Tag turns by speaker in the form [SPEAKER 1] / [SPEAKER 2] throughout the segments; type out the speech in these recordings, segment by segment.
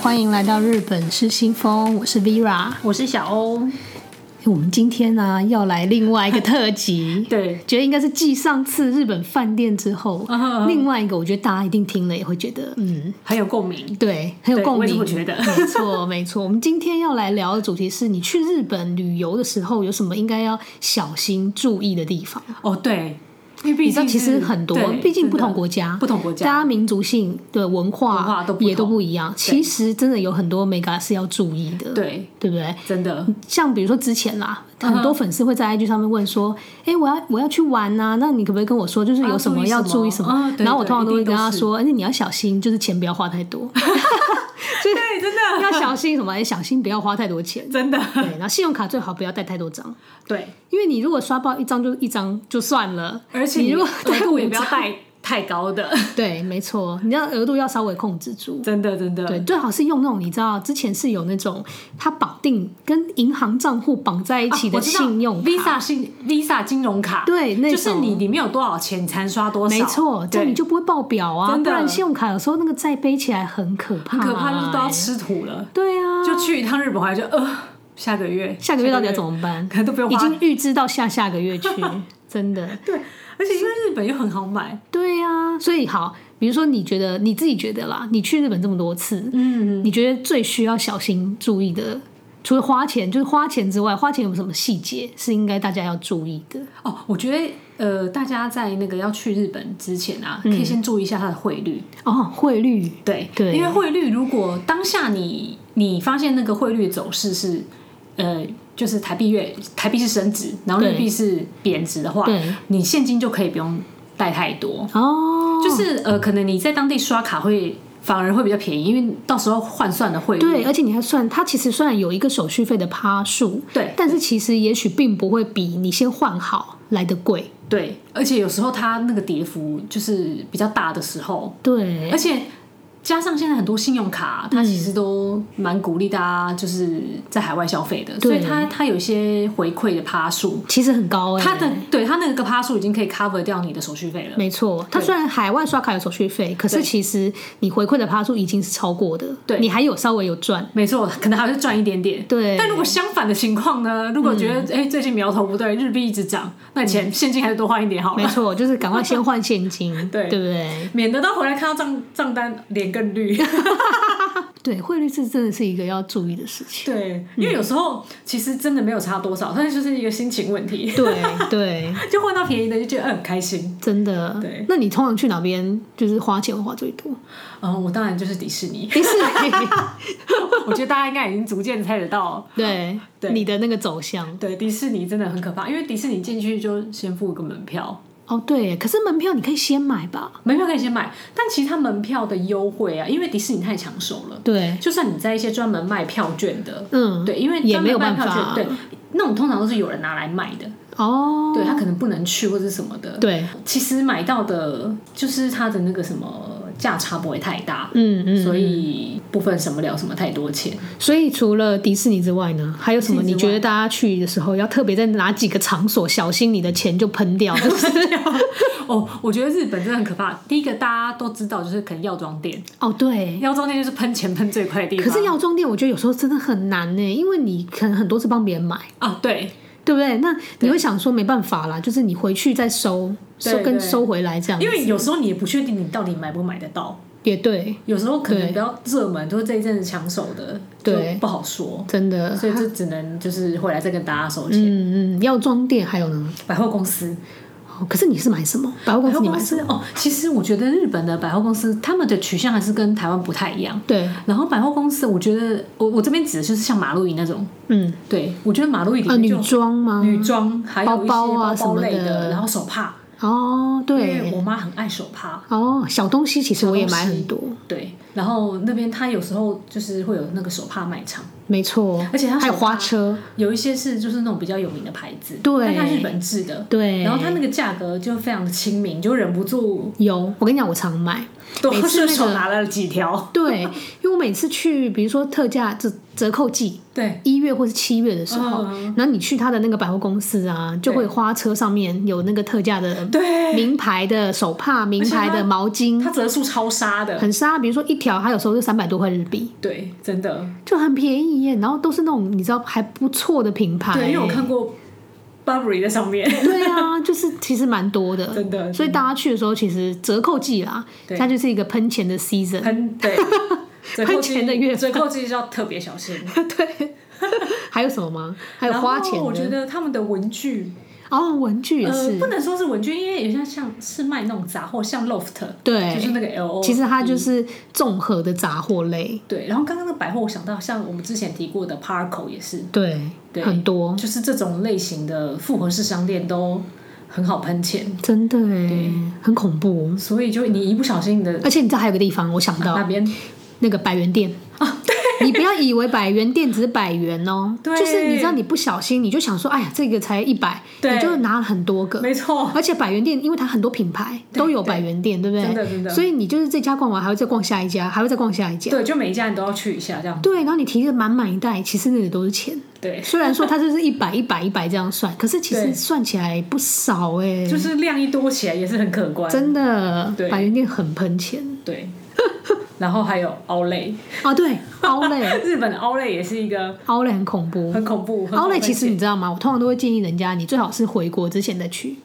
[SPEAKER 1] 欢迎来到日本失心疯，我是 Vera。
[SPEAKER 2] 我是小欧，，
[SPEAKER 1] 我们今天呢、要来另外一个特辑
[SPEAKER 2] 对，
[SPEAKER 1] 觉得应该是继上次日本饭店之后
[SPEAKER 2] 嗯嗯嗯
[SPEAKER 1] 另外一个我觉得大家一定听了也会觉得，嗯，
[SPEAKER 2] 很有共鸣。
[SPEAKER 1] 对，很有
[SPEAKER 2] 对
[SPEAKER 1] 共
[SPEAKER 2] 我也
[SPEAKER 1] 鸣。嗯
[SPEAKER 2] 这么觉得
[SPEAKER 1] 没错，没错。我们今天要来聊的主题是你去日本旅游的时候有什么应该要小心注意的地方。
[SPEAKER 2] 哦，对，因为毕
[SPEAKER 1] 你知道，
[SPEAKER 2] 竟
[SPEAKER 1] 其
[SPEAKER 2] 是
[SPEAKER 1] 实很多
[SPEAKER 2] 对，
[SPEAKER 1] 毕竟
[SPEAKER 2] 真
[SPEAKER 1] 不
[SPEAKER 2] 的
[SPEAKER 1] 同国家，
[SPEAKER 2] 不同国
[SPEAKER 1] 大
[SPEAKER 2] 家，
[SPEAKER 1] 家民族性的文化
[SPEAKER 2] 文化都不
[SPEAKER 1] 也都
[SPEAKER 2] 同
[SPEAKER 1] 不一样。其实真的有很多 mega 是要注意的，
[SPEAKER 2] 对，
[SPEAKER 1] 对不对？
[SPEAKER 2] 真的，
[SPEAKER 1] 像比如说之前啦，
[SPEAKER 2] 嗯哼
[SPEAKER 1] 很多粉丝会在 IG 上面问说：“哎、我要我要去玩呐、那你可不可以跟我说，就是有什么
[SPEAKER 2] 啊
[SPEAKER 1] 要
[SPEAKER 2] 要
[SPEAKER 1] 注
[SPEAKER 2] 注
[SPEAKER 1] 意
[SPEAKER 2] 意
[SPEAKER 1] 什
[SPEAKER 2] 什
[SPEAKER 1] 么
[SPEAKER 2] 么？”啊对
[SPEAKER 1] 然后我
[SPEAKER 2] 对
[SPEAKER 1] 通常都会
[SPEAKER 2] 一定
[SPEAKER 1] 跟
[SPEAKER 2] 都
[SPEAKER 1] 他
[SPEAKER 2] 是
[SPEAKER 1] 说：“哎、你要小心，就是钱不要花太 多，
[SPEAKER 2] 对，真的，
[SPEAKER 1] 要小心什么？哎、小心不要花太多钱。
[SPEAKER 2] 真的，”
[SPEAKER 1] 对，然后信用卡最好不要带太多张，
[SPEAKER 2] 对，
[SPEAKER 1] 因为你如果刷爆一张就一张就算了，
[SPEAKER 2] 而且
[SPEAKER 1] 你如果
[SPEAKER 2] 额
[SPEAKER 1] 带
[SPEAKER 2] 度也
[SPEAKER 1] 五
[SPEAKER 2] 不要
[SPEAKER 1] 张，
[SPEAKER 2] 带太高的，
[SPEAKER 1] 对，没错，你要额度要稍微控制住。
[SPEAKER 2] 真的，真的，
[SPEAKER 1] 对，最好是用那种你知道，之前是有那种它绑定跟银行账户绑在一
[SPEAKER 2] 啊
[SPEAKER 1] 起的
[SPEAKER 2] 我知道
[SPEAKER 1] 信用卡、
[SPEAKER 2] Visa 信 Visa 金融卡，
[SPEAKER 1] 对那
[SPEAKER 2] 就是
[SPEAKER 1] 种
[SPEAKER 2] 你里面有多少钱，你才能刷多少，
[SPEAKER 1] 没错，这样你
[SPEAKER 2] 对
[SPEAKER 1] 就不会爆表啊。
[SPEAKER 2] 真
[SPEAKER 1] 不
[SPEAKER 2] 的
[SPEAKER 1] 然信用卡有时候那个再背起来很可怕、哎
[SPEAKER 2] 很可怕，就是都要。吃土了。
[SPEAKER 1] 对啊，
[SPEAKER 2] 就去一趟日本，回来就呃，下个月，
[SPEAKER 1] 下个月到底要怎么办？
[SPEAKER 2] 可能都不用
[SPEAKER 1] 已
[SPEAKER 2] 花
[SPEAKER 1] 经预知到下下个 月去，真的。
[SPEAKER 2] 对，而且因为日本又很好买，
[SPEAKER 1] 对啊，所以好，比如说你觉得你自己觉得啦，你去日本这么多次，
[SPEAKER 2] 嗯，
[SPEAKER 1] 你觉得最需要小心注意的，除了花钱，就是花钱之外，花钱有什么细节是应该大家要注意的？
[SPEAKER 2] 哦，我觉得呃，大家在那个要去日本之前啊，可以先注意一下它的汇率，
[SPEAKER 1] 哦，汇率，
[SPEAKER 2] 对
[SPEAKER 1] 嗯对
[SPEAKER 2] 因为汇率如果当下你你发现那个汇率走势是呃，就是台币越台币是升值，然后日
[SPEAKER 1] 对
[SPEAKER 2] 币是贬值的话
[SPEAKER 1] 对，
[SPEAKER 2] 你现金就可以不用带太多，
[SPEAKER 1] 哦，
[SPEAKER 2] 就是呃，可能你在当地刷卡会。反而会比较便宜，因为到时候换算的汇率。
[SPEAKER 1] 对，而且你还算，它其实虽然有一个手续费的趴数，
[SPEAKER 2] 对
[SPEAKER 1] 但是其实也许并不会比你先换好来的贵。
[SPEAKER 2] 对，而且有时候它那个跌幅就是比较大的时候，
[SPEAKER 1] 对
[SPEAKER 2] 而，且加上现在很多信用卡，它其
[SPEAKER 1] 嗯
[SPEAKER 2] 实都蛮鼓励大家就是在海外消费的，所
[SPEAKER 1] 对
[SPEAKER 2] 以它它有一些回馈的趴数，
[SPEAKER 1] 其实很高哎、
[SPEAKER 2] 它的对它那个趴数已经可以 cover 掉你的手续费了。
[SPEAKER 1] 没错，它虽然海外刷卡有手续费，可是
[SPEAKER 2] 对
[SPEAKER 1] 其实你回馈的趴数已经是超过的，
[SPEAKER 2] 对
[SPEAKER 1] 你还有稍微有赚。
[SPEAKER 2] 没错，可能还会赚一点点。
[SPEAKER 1] 对嗯
[SPEAKER 2] 但如果相反的情况呢？如果觉得哎、诶最近苗头不对，日币一直涨，那钱、现金还是多换一点好
[SPEAKER 1] 没
[SPEAKER 2] 了，
[SPEAKER 1] 错，就是赶快先换现金，
[SPEAKER 2] 对
[SPEAKER 1] 对不对？
[SPEAKER 2] 免得到回来看到账账单脸更绿。
[SPEAKER 1] 对，汇率是真的是一个要注意的事情。
[SPEAKER 2] 对，因为有时候其实真的没有差多少，但是就是一个心情问 题，
[SPEAKER 1] 对对，
[SPEAKER 2] 就换到便宜的就觉得嗯很开心。
[SPEAKER 1] 真的。
[SPEAKER 2] 对
[SPEAKER 1] 那你通常去哪边就是花钱会花最 多？。
[SPEAKER 2] 嗯，我当然就是迪士尼
[SPEAKER 1] 迪士尼。
[SPEAKER 2] 我觉得大家应该已经逐渐猜得到，
[SPEAKER 1] 对，
[SPEAKER 2] 对
[SPEAKER 1] 你的那个走向。
[SPEAKER 2] 对迪士尼真的很可怕，因为迪士尼进去就先付个门票，
[SPEAKER 1] 哦，对耶，可是门票你可以先买吧？
[SPEAKER 2] 门票可以先买，但其实它门票的优惠啊，因为迪士尼太抢手了，
[SPEAKER 1] 对，
[SPEAKER 2] 就算你在一些专门卖票券的，
[SPEAKER 1] 嗯，
[SPEAKER 2] 对，因为
[SPEAKER 1] 也
[SPEAKER 2] 专
[SPEAKER 1] 没有
[SPEAKER 2] 门卖
[SPEAKER 1] 办
[SPEAKER 2] 票
[SPEAKER 1] 法
[SPEAKER 2] 券，
[SPEAKER 1] 啊。
[SPEAKER 2] 对，那种通常都是有人拿来卖的，
[SPEAKER 1] 哦，
[SPEAKER 2] 对他可能不能去或者什么的，
[SPEAKER 1] 对，
[SPEAKER 2] 其实买到的就是它的那个什么价差不会太大，
[SPEAKER 1] 嗯嗯。
[SPEAKER 2] 所以部分省不了什么太多钱。
[SPEAKER 1] 所以除了迪士尼之外呢，还有什么？
[SPEAKER 2] 迪士尼
[SPEAKER 1] 你
[SPEAKER 2] 之外
[SPEAKER 1] 觉得大家去的时候要特别在哪几个场所小心你的钱就喷掉？就是
[SPEAKER 2] 哦，我觉得日本真的很可怕。第一个大家都知道，就是可能药妆店，
[SPEAKER 1] 哦，对。
[SPEAKER 2] 药妆店就是喷钱喷最快的地方。
[SPEAKER 1] 可是药妆店，我觉得有时候真的很难呢，因为你可能很多是帮别人买，
[SPEAKER 2] 啊，对
[SPEAKER 1] 对不对？那你会想说没办法啦，就是你回去再收，
[SPEAKER 2] 对
[SPEAKER 1] 收跟
[SPEAKER 2] 对
[SPEAKER 1] 收回来这样子，
[SPEAKER 2] 因为有时候你也不确定你到底买不买得到，
[SPEAKER 1] 也对，
[SPEAKER 2] 有时候可能
[SPEAKER 1] 对
[SPEAKER 2] 比较热门，就是这一阵子抢手的，
[SPEAKER 1] 对
[SPEAKER 2] 就不好说，
[SPEAKER 1] 真的。
[SPEAKER 2] 所以就只能就是回来再跟大家收钱。
[SPEAKER 1] 嗯嗯，药妆店还有呢，
[SPEAKER 2] 百货公司，
[SPEAKER 1] 哦，可是你是买什么？百货公
[SPEAKER 2] 百
[SPEAKER 1] 司
[SPEAKER 2] 货
[SPEAKER 1] 你买
[SPEAKER 2] 公
[SPEAKER 1] 什么？
[SPEAKER 2] 司哦，其实我觉得日本的百货公司他们的取向还是跟台湾不太一样。
[SPEAKER 1] 对，
[SPEAKER 2] 然后百货啊公司，我觉得我我这边指的就是像马路易那种，
[SPEAKER 1] 嗯，
[SPEAKER 2] 对我觉得马路易里
[SPEAKER 1] 啊，
[SPEAKER 2] 面
[SPEAKER 1] 女
[SPEAKER 2] 就
[SPEAKER 1] 装吗？
[SPEAKER 2] 女装，还有一些
[SPEAKER 1] 包包啊
[SPEAKER 2] 包
[SPEAKER 1] 什么
[SPEAKER 2] 包类
[SPEAKER 1] 的
[SPEAKER 2] 然后手帕，
[SPEAKER 1] 哦，
[SPEAKER 2] 因为
[SPEAKER 1] 对，
[SPEAKER 2] 我妈很爱手帕，
[SPEAKER 1] 哦，小东西其实我也买
[SPEAKER 2] 小东西
[SPEAKER 1] 很多，
[SPEAKER 2] 对。然后那边她有时候就是会有那个手帕卖场，
[SPEAKER 1] 没错，
[SPEAKER 2] 而且它
[SPEAKER 1] 还有
[SPEAKER 2] 手帕
[SPEAKER 1] 花车，
[SPEAKER 2] 有一些是就是那种比较有名的牌子，
[SPEAKER 1] 对
[SPEAKER 2] 但它日本制的，
[SPEAKER 1] 对，
[SPEAKER 2] 然后它那个价格就非常的亲民，就忍不住
[SPEAKER 1] 有，我跟你讲，我常买，
[SPEAKER 2] 都
[SPEAKER 1] 每次那个
[SPEAKER 2] 顺手拿了几条。
[SPEAKER 1] 对，因为我每次去，比如说特价折折扣季。
[SPEAKER 2] 对，
[SPEAKER 1] 一月或是七月的时候，
[SPEAKER 2] 嗯
[SPEAKER 1] 然后你去他的那个百货公司啊，就会花车上面有那个特价的
[SPEAKER 2] 对
[SPEAKER 1] 名牌的手帕、名
[SPEAKER 2] 且它
[SPEAKER 1] 牌的毛巾，
[SPEAKER 2] 它折数超杀的，
[SPEAKER 1] 很杀。比如说一条它有时候就三百多块日币，
[SPEAKER 2] 对，真的，
[SPEAKER 1] 就很便宜耶。然后都是那种你知道还不错的品牌，
[SPEAKER 2] 对，因为我看过 Burberry 在上面，
[SPEAKER 1] 对啊，就是其实蛮多的，
[SPEAKER 2] 真的
[SPEAKER 1] 所以大家去的时候，其实折扣季啦，
[SPEAKER 2] 对
[SPEAKER 1] 它就是一个喷钱的 season，
[SPEAKER 2] 很 对，折扣
[SPEAKER 1] 喷
[SPEAKER 2] 季
[SPEAKER 1] 钱的月份
[SPEAKER 2] 折扣季要特别小心，
[SPEAKER 1] 对。 还有什么吗？还有花钱
[SPEAKER 2] 然后我觉
[SPEAKER 1] 的
[SPEAKER 2] 得他们的文具，
[SPEAKER 1] 哦，文具也
[SPEAKER 2] 呃，
[SPEAKER 1] 是
[SPEAKER 2] 不，能说是文具，因为有些像是卖那种杂货，像 Loft，
[SPEAKER 1] 对
[SPEAKER 2] 就是那嗯个 L O，
[SPEAKER 1] 其实它就是综合的杂货类，
[SPEAKER 2] 对。然后刚刚的百货，我想到像我们之前提过的 Parco 也是，
[SPEAKER 1] 对，
[SPEAKER 2] 对
[SPEAKER 1] 很多，
[SPEAKER 2] 就是这种类型的复合式商店都很好喷钱，
[SPEAKER 1] 真的哎，很恐怖。
[SPEAKER 2] 所以就你一不小心你的
[SPEAKER 1] 而且你知道还有个地方，我想到
[SPEAKER 2] 哪边
[SPEAKER 1] 那个百元店
[SPEAKER 2] 哦
[SPEAKER 1] 啊，对，你不要以为百元店只是百元哦，
[SPEAKER 2] 对
[SPEAKER 1] 就是你知道你不小心你就想说，哎呀，这个才一百，
[SPEAKER 2] 对哦
[SPEAKER 1] 你就拿了很多个。
[SPEAKER 2] 没错，
[SPEAKER 1] 而且百元店，因为它很多品牌都有百元店，对不对？
[SPEAKER 2] 真的真的
[SPEAKER 1] 所以你就是这家逛完，还会再逛下一家，还会再逛下一家。
[SPEAKER 2] 对，就每一家你都要去一下这样，
[SPEAKER 1] 对，然后你提着满满一袋，其实那里都是钱。
[SPEAKER 2] 对，
[SPEAKER 1] 虽然说它就是一百、一百、一百这样算，可是其实
[SPEAKER 2] 对
[SPEAKER 1] 算起来不少哎、
[SPEAKER 2] 就是量一多起来也是很可观，
[SPEAKER 1] 真的
[SPEAKER 2] 对，
[SPEAKER 1] 百元店很喷钱
[SPEAKER 2] 对。然后还有 Olay，
[SPEAKER 1] 啊！对，凹类，
[SPEAKER 2] 日本的 Olay 也是一个
[SPEAKER 1] 凹类很恐怖，
[SPEAKER 2] 很 恐怖。很
[SPEAKER 1] 奥
[SPEAKER 2] 恐怖
[SPEAKER 1] 莱
[SPEAKER 2] 的
[SPEAKER 1] 其实
[SPEAKER 2] 店
[SPEAKER 1] 你知道吗？我通常都会建议人家，你最好是回国之前再去，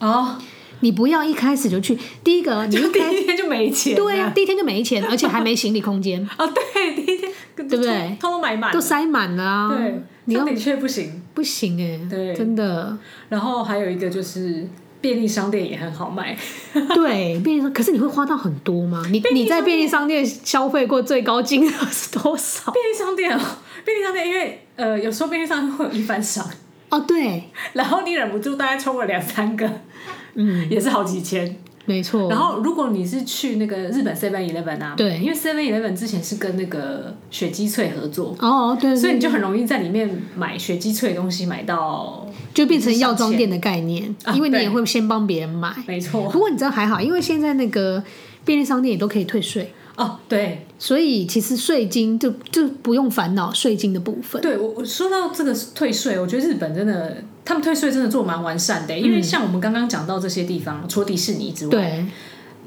[SPEAKER 2] 哦，
[SPEAKER 1] 你不要一开始就去。第一个，你一
[SPEAKER 2] 就 第
[SPEAKER 1] 开
[SPEAKER 2] 一天就啊没钱了。
[SPEAKER 1] 对啊呀、第一天就没钱，而且还没行李空 间，
[SPEAKER 2] 哦，对，第一天
[SPEAKER 1] 对不对
[SPEAKER 2] 通通买满
[SPEAKER 1] 都
[SPEAKER 2] 了，
[SPEAKER 1] 塞满了啊。
[SPEAKER 2] 对，
[SPEAKER 1] 你
[SPEAKER 2] 像
[SPEAKER 1] 要
[SPEAKER 2] 的确不行。
[SPEAKER 1] 不行哎、
[SPEAKER 2] 对
[SPEAKER 1] 真的
[SPEAKER 2] 然后还有一个就是便利商店也很好卖，
[SPEAKER 1] 对便利商，可是你会花到很多吗？你你在便利商店消费过最高金额 是多少？
[SPEAKER 2] 便利商店哦，便利商店，因为呃有时候便利商店会有一番赏，
[SPEAKER 1] 哦，对，
[SPEAKER 2] 然后你忍不住大概充了两三个，
[SPEAKER 1] 嗯，
[SPEAKER 2] 也是好几千。
[SPEAKER 1] 没错。
[SPEAKER 2] 然后如果你是去那个日本 Seven Eleven 啊，
[SPEAKER 1] 对
[SPEAKER 2] 因为 Seven Eleven 之前是跟那个雪肌脆合作。
[SPEAKER 1] 哦，对对对
[SPEAKER 2] 所以你就很容易在里面买雪肌脆的东西，买到
[SPEAKER 1] 就变成药妆店的概念，
[SPEAKER 2] 啊
[SPEAKER 1] 因为你
[SPEAKER 2] 对
[SPEAKER 1] 也会先帮别人买。
[SPEAKER 2] 没错
[SPEAKER 1] 不过你知道还好，因为现在那个便利商店也都可以退税。
[SPEAKER 2] 哦，对，
[SPEAKER 1] 所以其实税金就就不用烦恼税金的部分。
[SPEAKER 2] 对我我说到这个退税，我觉得日本真的，他们退税真的做蛮完善的、欸因为像我们刚刚讲到这些地方，除了迪士尼之
[SPEAKER 1] 嗯
[SPEAKER 2] 外，
[SPEAKER 1] 对，嗯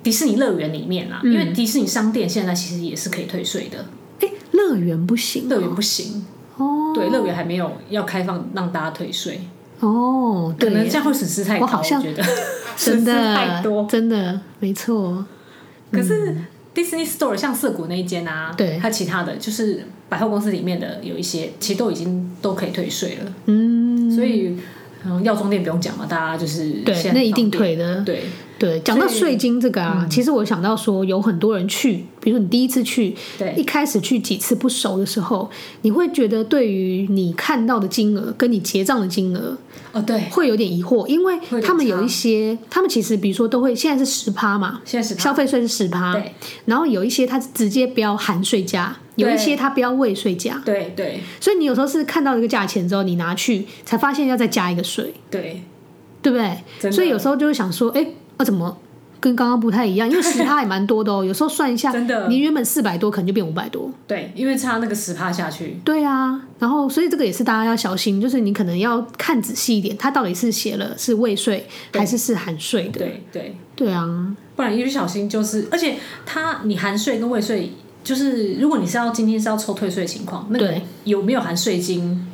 [SPEAKER 2] 迪士尼乐园里面啊，因为迪士尼商店现在其实也是可以退税的，
[SPEAKER 1] 哎，乐园不行啊
[SPEAKER 2] 乐园不行，
[SPEAKER 1] 哦
[SPEAKER 2] 对，乐园还没有要开放让大家退税，
[SPEAKER 1] 哦，
[SPEAKER 2] 可
[SPEAKER 1] 对
[SPEAKER 2] 能
[SPEAKER 1] 耶，
[SPEAKER 2] 这样会损失太
[SPEAKER 1] 我
[SPEAKER 2] 高，
[SPEAKER 1] 好
[SPEAKER 2] 我
[SPEAKER 1] 像
[SPEAKER 2] 觉得 损
[SPEAKER 1] 真
[SPEAKER 2] 失
[SPEAKER 1] 的
[SPEAKER 2] 太多。
[SPEAKER 1] 真的没错，
[SPEAKER 2] 可是 Disney Store 像涩谷那一间啊，
[SPEAKER 1] 嗯对
[SPEAKER 2] 它其他的就是百货公司里面的有一些，其实都已经都可以退税了，
[SPEAKER 1] 嗯，
[SPEAKER 2] 所以。嗯，药妆店不用讲了，大家就是
[SPEAKER 1] 对
[SPEAKER 2] 现在，
[SPEAKER 1] 那一定
[SPEAKER 2] 方便
[SPEAKER 1] 退的。
[SPEAKER 2] 对，
[SPEAKER 1] 对，讲到
[SPEAKER 2] 所以嗯
[SPEAKER 1] 税金这个啊，其实我想到说，有很多人去，比如说你第一次去，
[SPEAKER 2] 对
[SPEAKER 1] 一开始去几次不熟的时候，你会觉得对于你看到的金额跟你结账的金额
[SPEAKER 2] 哦，对，
[SPEAKER 1] 会有点疑惑，因为
[SPEAKER 2] 有点
[SPEAKER 1] 他们有
[SPEAKER 2] 差
[SPEAKER 1] 一些，他们其实比如说都会现在是十趴嘛，
[SPEAKER 2] 现在是
[SPEAKER 1] 消费税是十趴
[SPEAKER 2] 对，
[SPEAKER 1] 然后有一些它是直接标含税价，有
[SPEAKER 2] 对
[SPEAKER 1] 一些它标未税价，
[SPEAKER 2] 对对
[SPEAKER 1] 所以你有时候是看到这个价钱之后，你拿去才发现要再加一个税，
[SPEAKER 2] 对，
[SPEAKER 1] 对不对？
[SPEAKER 2] 真的
[SPEAKER 1] 所以有时候就会想说，哎，啊怎么跟刚刚不太一样？因 为十趴也蛮多的哦，有时候算一下，
[SPEAKER 2] 真的
[SPEAKER 1] 你原本四百多可能就变五百多，
[SPEAKER 2] 对，因为差那个十趴下去，
[SPEAKER 1] 对啊。然后所以这个也是大家要小心，就是你可能要看仔细一点，它到底是写了是未税还是是含税的，
[SPEAKER 2] 对对，
[SPEAKER 1] 对啊，
[SPEAKER 2] 不然一不小心就是，而且它你含税跟未税，就是如果你是要今天是要抽退税情况，那个
[SPEAKER 1] 对
[SPEAKER 2] 有没有含税金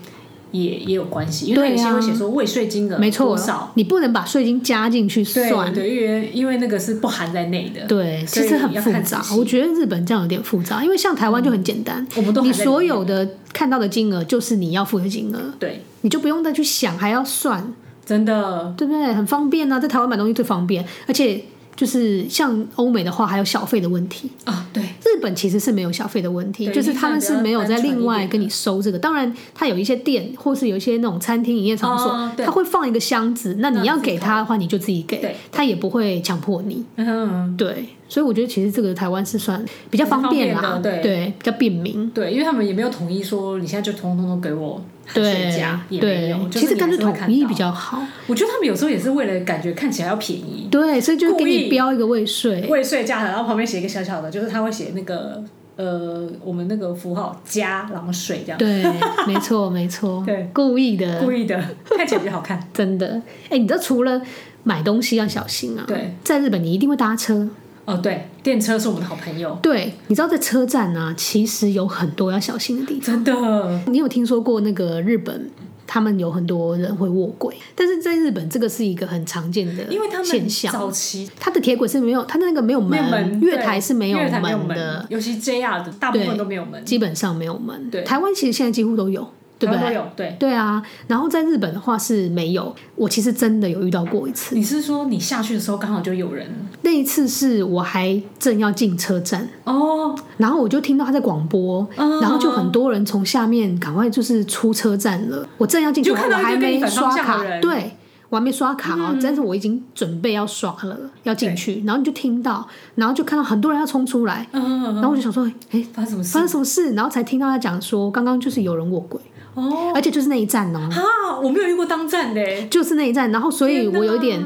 [SPEAKER 2] 也也有关系，因为它有些
[SPEAKER 1] 对啊
[SPEAKER 2] 会写说未税金额
[SPEAKER 1] 没错
[SPEAKER 2] 多少，，
[SPEAKER 1] 你不能把税金加进去算
[SPEAKER 2] 对。对，因为因为那个是不含在内的，
[SPEAKER 1] 对，
[SPEAKER 2] 所
[SPEAKER 1] 其
[SPEAKER 2] 以
[SPEAKER 1] 实很
[SPEAKER 2] 要
[SPEAKER 1] 复
[SPEAKER 2] 看仔
[SPEAKER 1] 杂。
[SPEAKER 2] 细
[SPEAKER 1] 我觉得日本这样有点复杂，因为像台湾就很简单，
[SPEAKER 2] 嗯我们都
[SPEAKER 1] 你
[SPEAKER 2] 含在里
[SPEAKER 1] 所
[SPEAKER 2] 面
[SPEAKER 1] 有的看到的金额就是你要付的金额，
[SPEAKER 2] 对，
[SPEAKER 1] 你就不用再去想还要算，
[SPEAKER 2] 真的
[SPEAKER 1] 对不对？很方便啊，在台湾买东西最方便，而且就是像欧美的话，还有小费的问题。
[SPEAKER 2] 啊，对
[SPEAKER 1] 日本其实是没有小费的问题，
[SPEAKER 2] 对
[SPEAKER 1] 就是他们是没有在另
[SPEAKER 2] 一
[SPEAKER 1] 外
[SPEAKER 2] 般
[SPEAKER 1] 跟你收这个。当然，它有一些店或是有一些那种餐厅营业场所
[SPEAKER 2] 哦，对
[SPEAKER 1] 它会放一个箱子，那你要给他的话，你就自己
[SPEAKER 2] 对
[SPEAKER 1] 给，他也不会强迫你。
[SPEAKER 2] 嗯。
[SPEAKER 1] 对，所以我觉得其实这个台湾是算比较方便
[SPEAKER 2] 比较
[SPEAKER 1] 啦，
[SPEAKER 2] 方便的对
[SPEAKER 1] 比较便民。
[SPEAKER 2] 对，因为他们也没有统一说你现在就通通都给我含税
[SPEAKER 1] 对
[SPEAKER 2] 加，也没
[SPEAKER 1] 对
[SPEAKER 2] 有，，就是
[SPEAKER 1] 其实
[SPEAKER 2] 你
[SPEAKER 1] 干脆
[SPEAKER 2] 还是会
[SPEAKER 1] 统
[SPEAKER 2] 看
[SPEAKER 1] 一
[SPEAKER 2] 到
[SPEAKER 1] 比较好。
[SPEAKER 2] 我觉得他们有时候也是为了感觉看起来要便宜，
[SPEAKER 1] 对，所以就是给
[SPEAKER 2] 故
[SPEAKER 1] 你
[SPEAKER 2] 意
[SPEAKER 1] 标一个未税，
[SPEAKER 2] 未税加，然后旁边写一个小小的，就是他会写那个呃，我们那个符号加，然后水这样，
[SPEAKER 1] 对，没错没错，
[SPEAKER 2] 对，
[SPEAKER 1] 故意的
[SPEAKER 2] 故，意的，看起来比较好看。
[SPEAKER 1] 真的。哎，你知道除了买东西要小心啊，
[SPEAKER 2] 对，
[SPEAKER 1] 在日本你一定会搭车，
[SPEAKER 2] 哦，对，电车是我们的好朋友，
[SPEAKER 1] 对，你知道在车站呢、其实有很多要小心的地方。
[SPEAKER 2] 真的。
[SPEAKER 1] 你有听说过那个日本，他们有很多人会卧轨，但是在日本这个是一个很常见的
[SPEAKER 2] 因为他们
[SPEAKER 1] 现象。
[SPEAKER 2] 早期
[SPEAKER 1] 它的铁轨是没有，它的那个没有门，
[SPEAKER 2] 没有门，
[SPEAKER 1] 月
[SPEAKER 2] 对
[SPEAKER 1] 台是没有
[SPEAKER 2] 月台没有
[SPEAKER 1] 门
[SPEAKER 2] 门
[SPEAKER 1] 的，，
[SPEAKER 2] 尤其 JR 的大部分
[SPEAKER 1] 对
[SPEAKER 2] 都没有门，
[SPEAKER 1] 基本上没有门。
[SPEAKER 2] 对
[SPEAKER 1] 台湾其实现在几乎都有，对不
[SPEAKER 2] 台
[SPEAKER 1] 对？
[SPEAKER 2] 湾都有。对，
[SPEAKER 1] 对啊，然后在日本的话是没有，我其实真的有遇到过一次，
[SPEAKER 2] 你是说你下去的时候刚好就有人
[SPEAKER 1] 那一次是我还正要进车站，
[SPEAKER 2] 哦，
[SPEAKER 1] 然后我就听到他在广播，
[SPEAKER 2] 嗯
[SPEAKER 1] 然后就很多人从下面赶快就是出车站了。我正要进去，
[SPEAKER 2] 你就看到
[SPEAKER 1] 我
[SPEAKER 2] 一个
[SPEAKER 1] 还
[SPEAKER 2] 跟你
[SPEAKER 1] 没
[SPEAKER 2] 反方
[SPEAKER 1] 刷
[SPEAKER 2] 向的
[SPEAKER 1] 卡，
[SPEAKER 2] 人嗯
[SPEAKER 1] 对。我还没刷卡哦，但是我已经准备要刷了，要进去，然后你就听到，然后就看到很多人要冲出来，
[SPEAKER 2] 嗯，
[SPEAKER 1] 然后我就想说，哎，
[SPEAKER 2] 发生什么
[SPEAKER 1] 发
[SPEAKER 2] 事？
[SPEAKER 1] 生什么事？然后才听到他讲说，刚刚就是有人卧轨，
[SPEAKER 2] 哦，
[SPEAKER 1] 而且就是那一站哦，
[SPEAKER 2] 啊，我没有遇过当站的欸，
[SPEAKER 1] 就是那一站，然后所以
[SPEAKER 2] 天哪
[SPEAKER 1] 我有点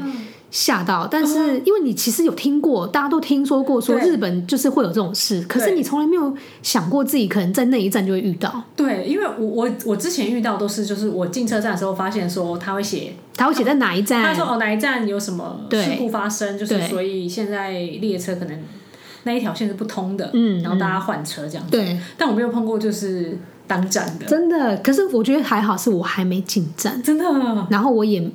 [SPEAKER 1] 吓到，但是因为你其实有听过，大家都听说过说
[SPEAKER 2] 嗯对
[SPEAKER 1] 日本就是会有这种事，可是
[SPEAKER 2] 对
[SPEAKER 1] 你从来没有想过自己可能在那一站就会遇到，
[SPEAKER 2] 哦对，因为我我我之前遇到都是就是我进车站的时候发现说他会写，
[SPEAKER 1] 他会写在哪一
[SPEAKER 2] 他
[SPEAKER 1] 站
[SPEAKER 2] 说？哦哪一站有什么
[SPEAKER 1] 对
[SPEAKER 2] 事故发生，就是
[SPEAKER 1] 对
[SPEAKER 2] 所以现在列车可能那一条线是不通的，
[SPEAKER 1] 嗯
[SPEAKER 2] 然后大家换车这样子。
[SPEAKER 1] 对，
[SPEAKER 2] 但我没有碰过就是当站嗯的，
[SPEAKER 1] 真的。可是我觉得还好，是我还没进站，
[SPEAKER 2] 真的
[SPEAKER 1] 然后我也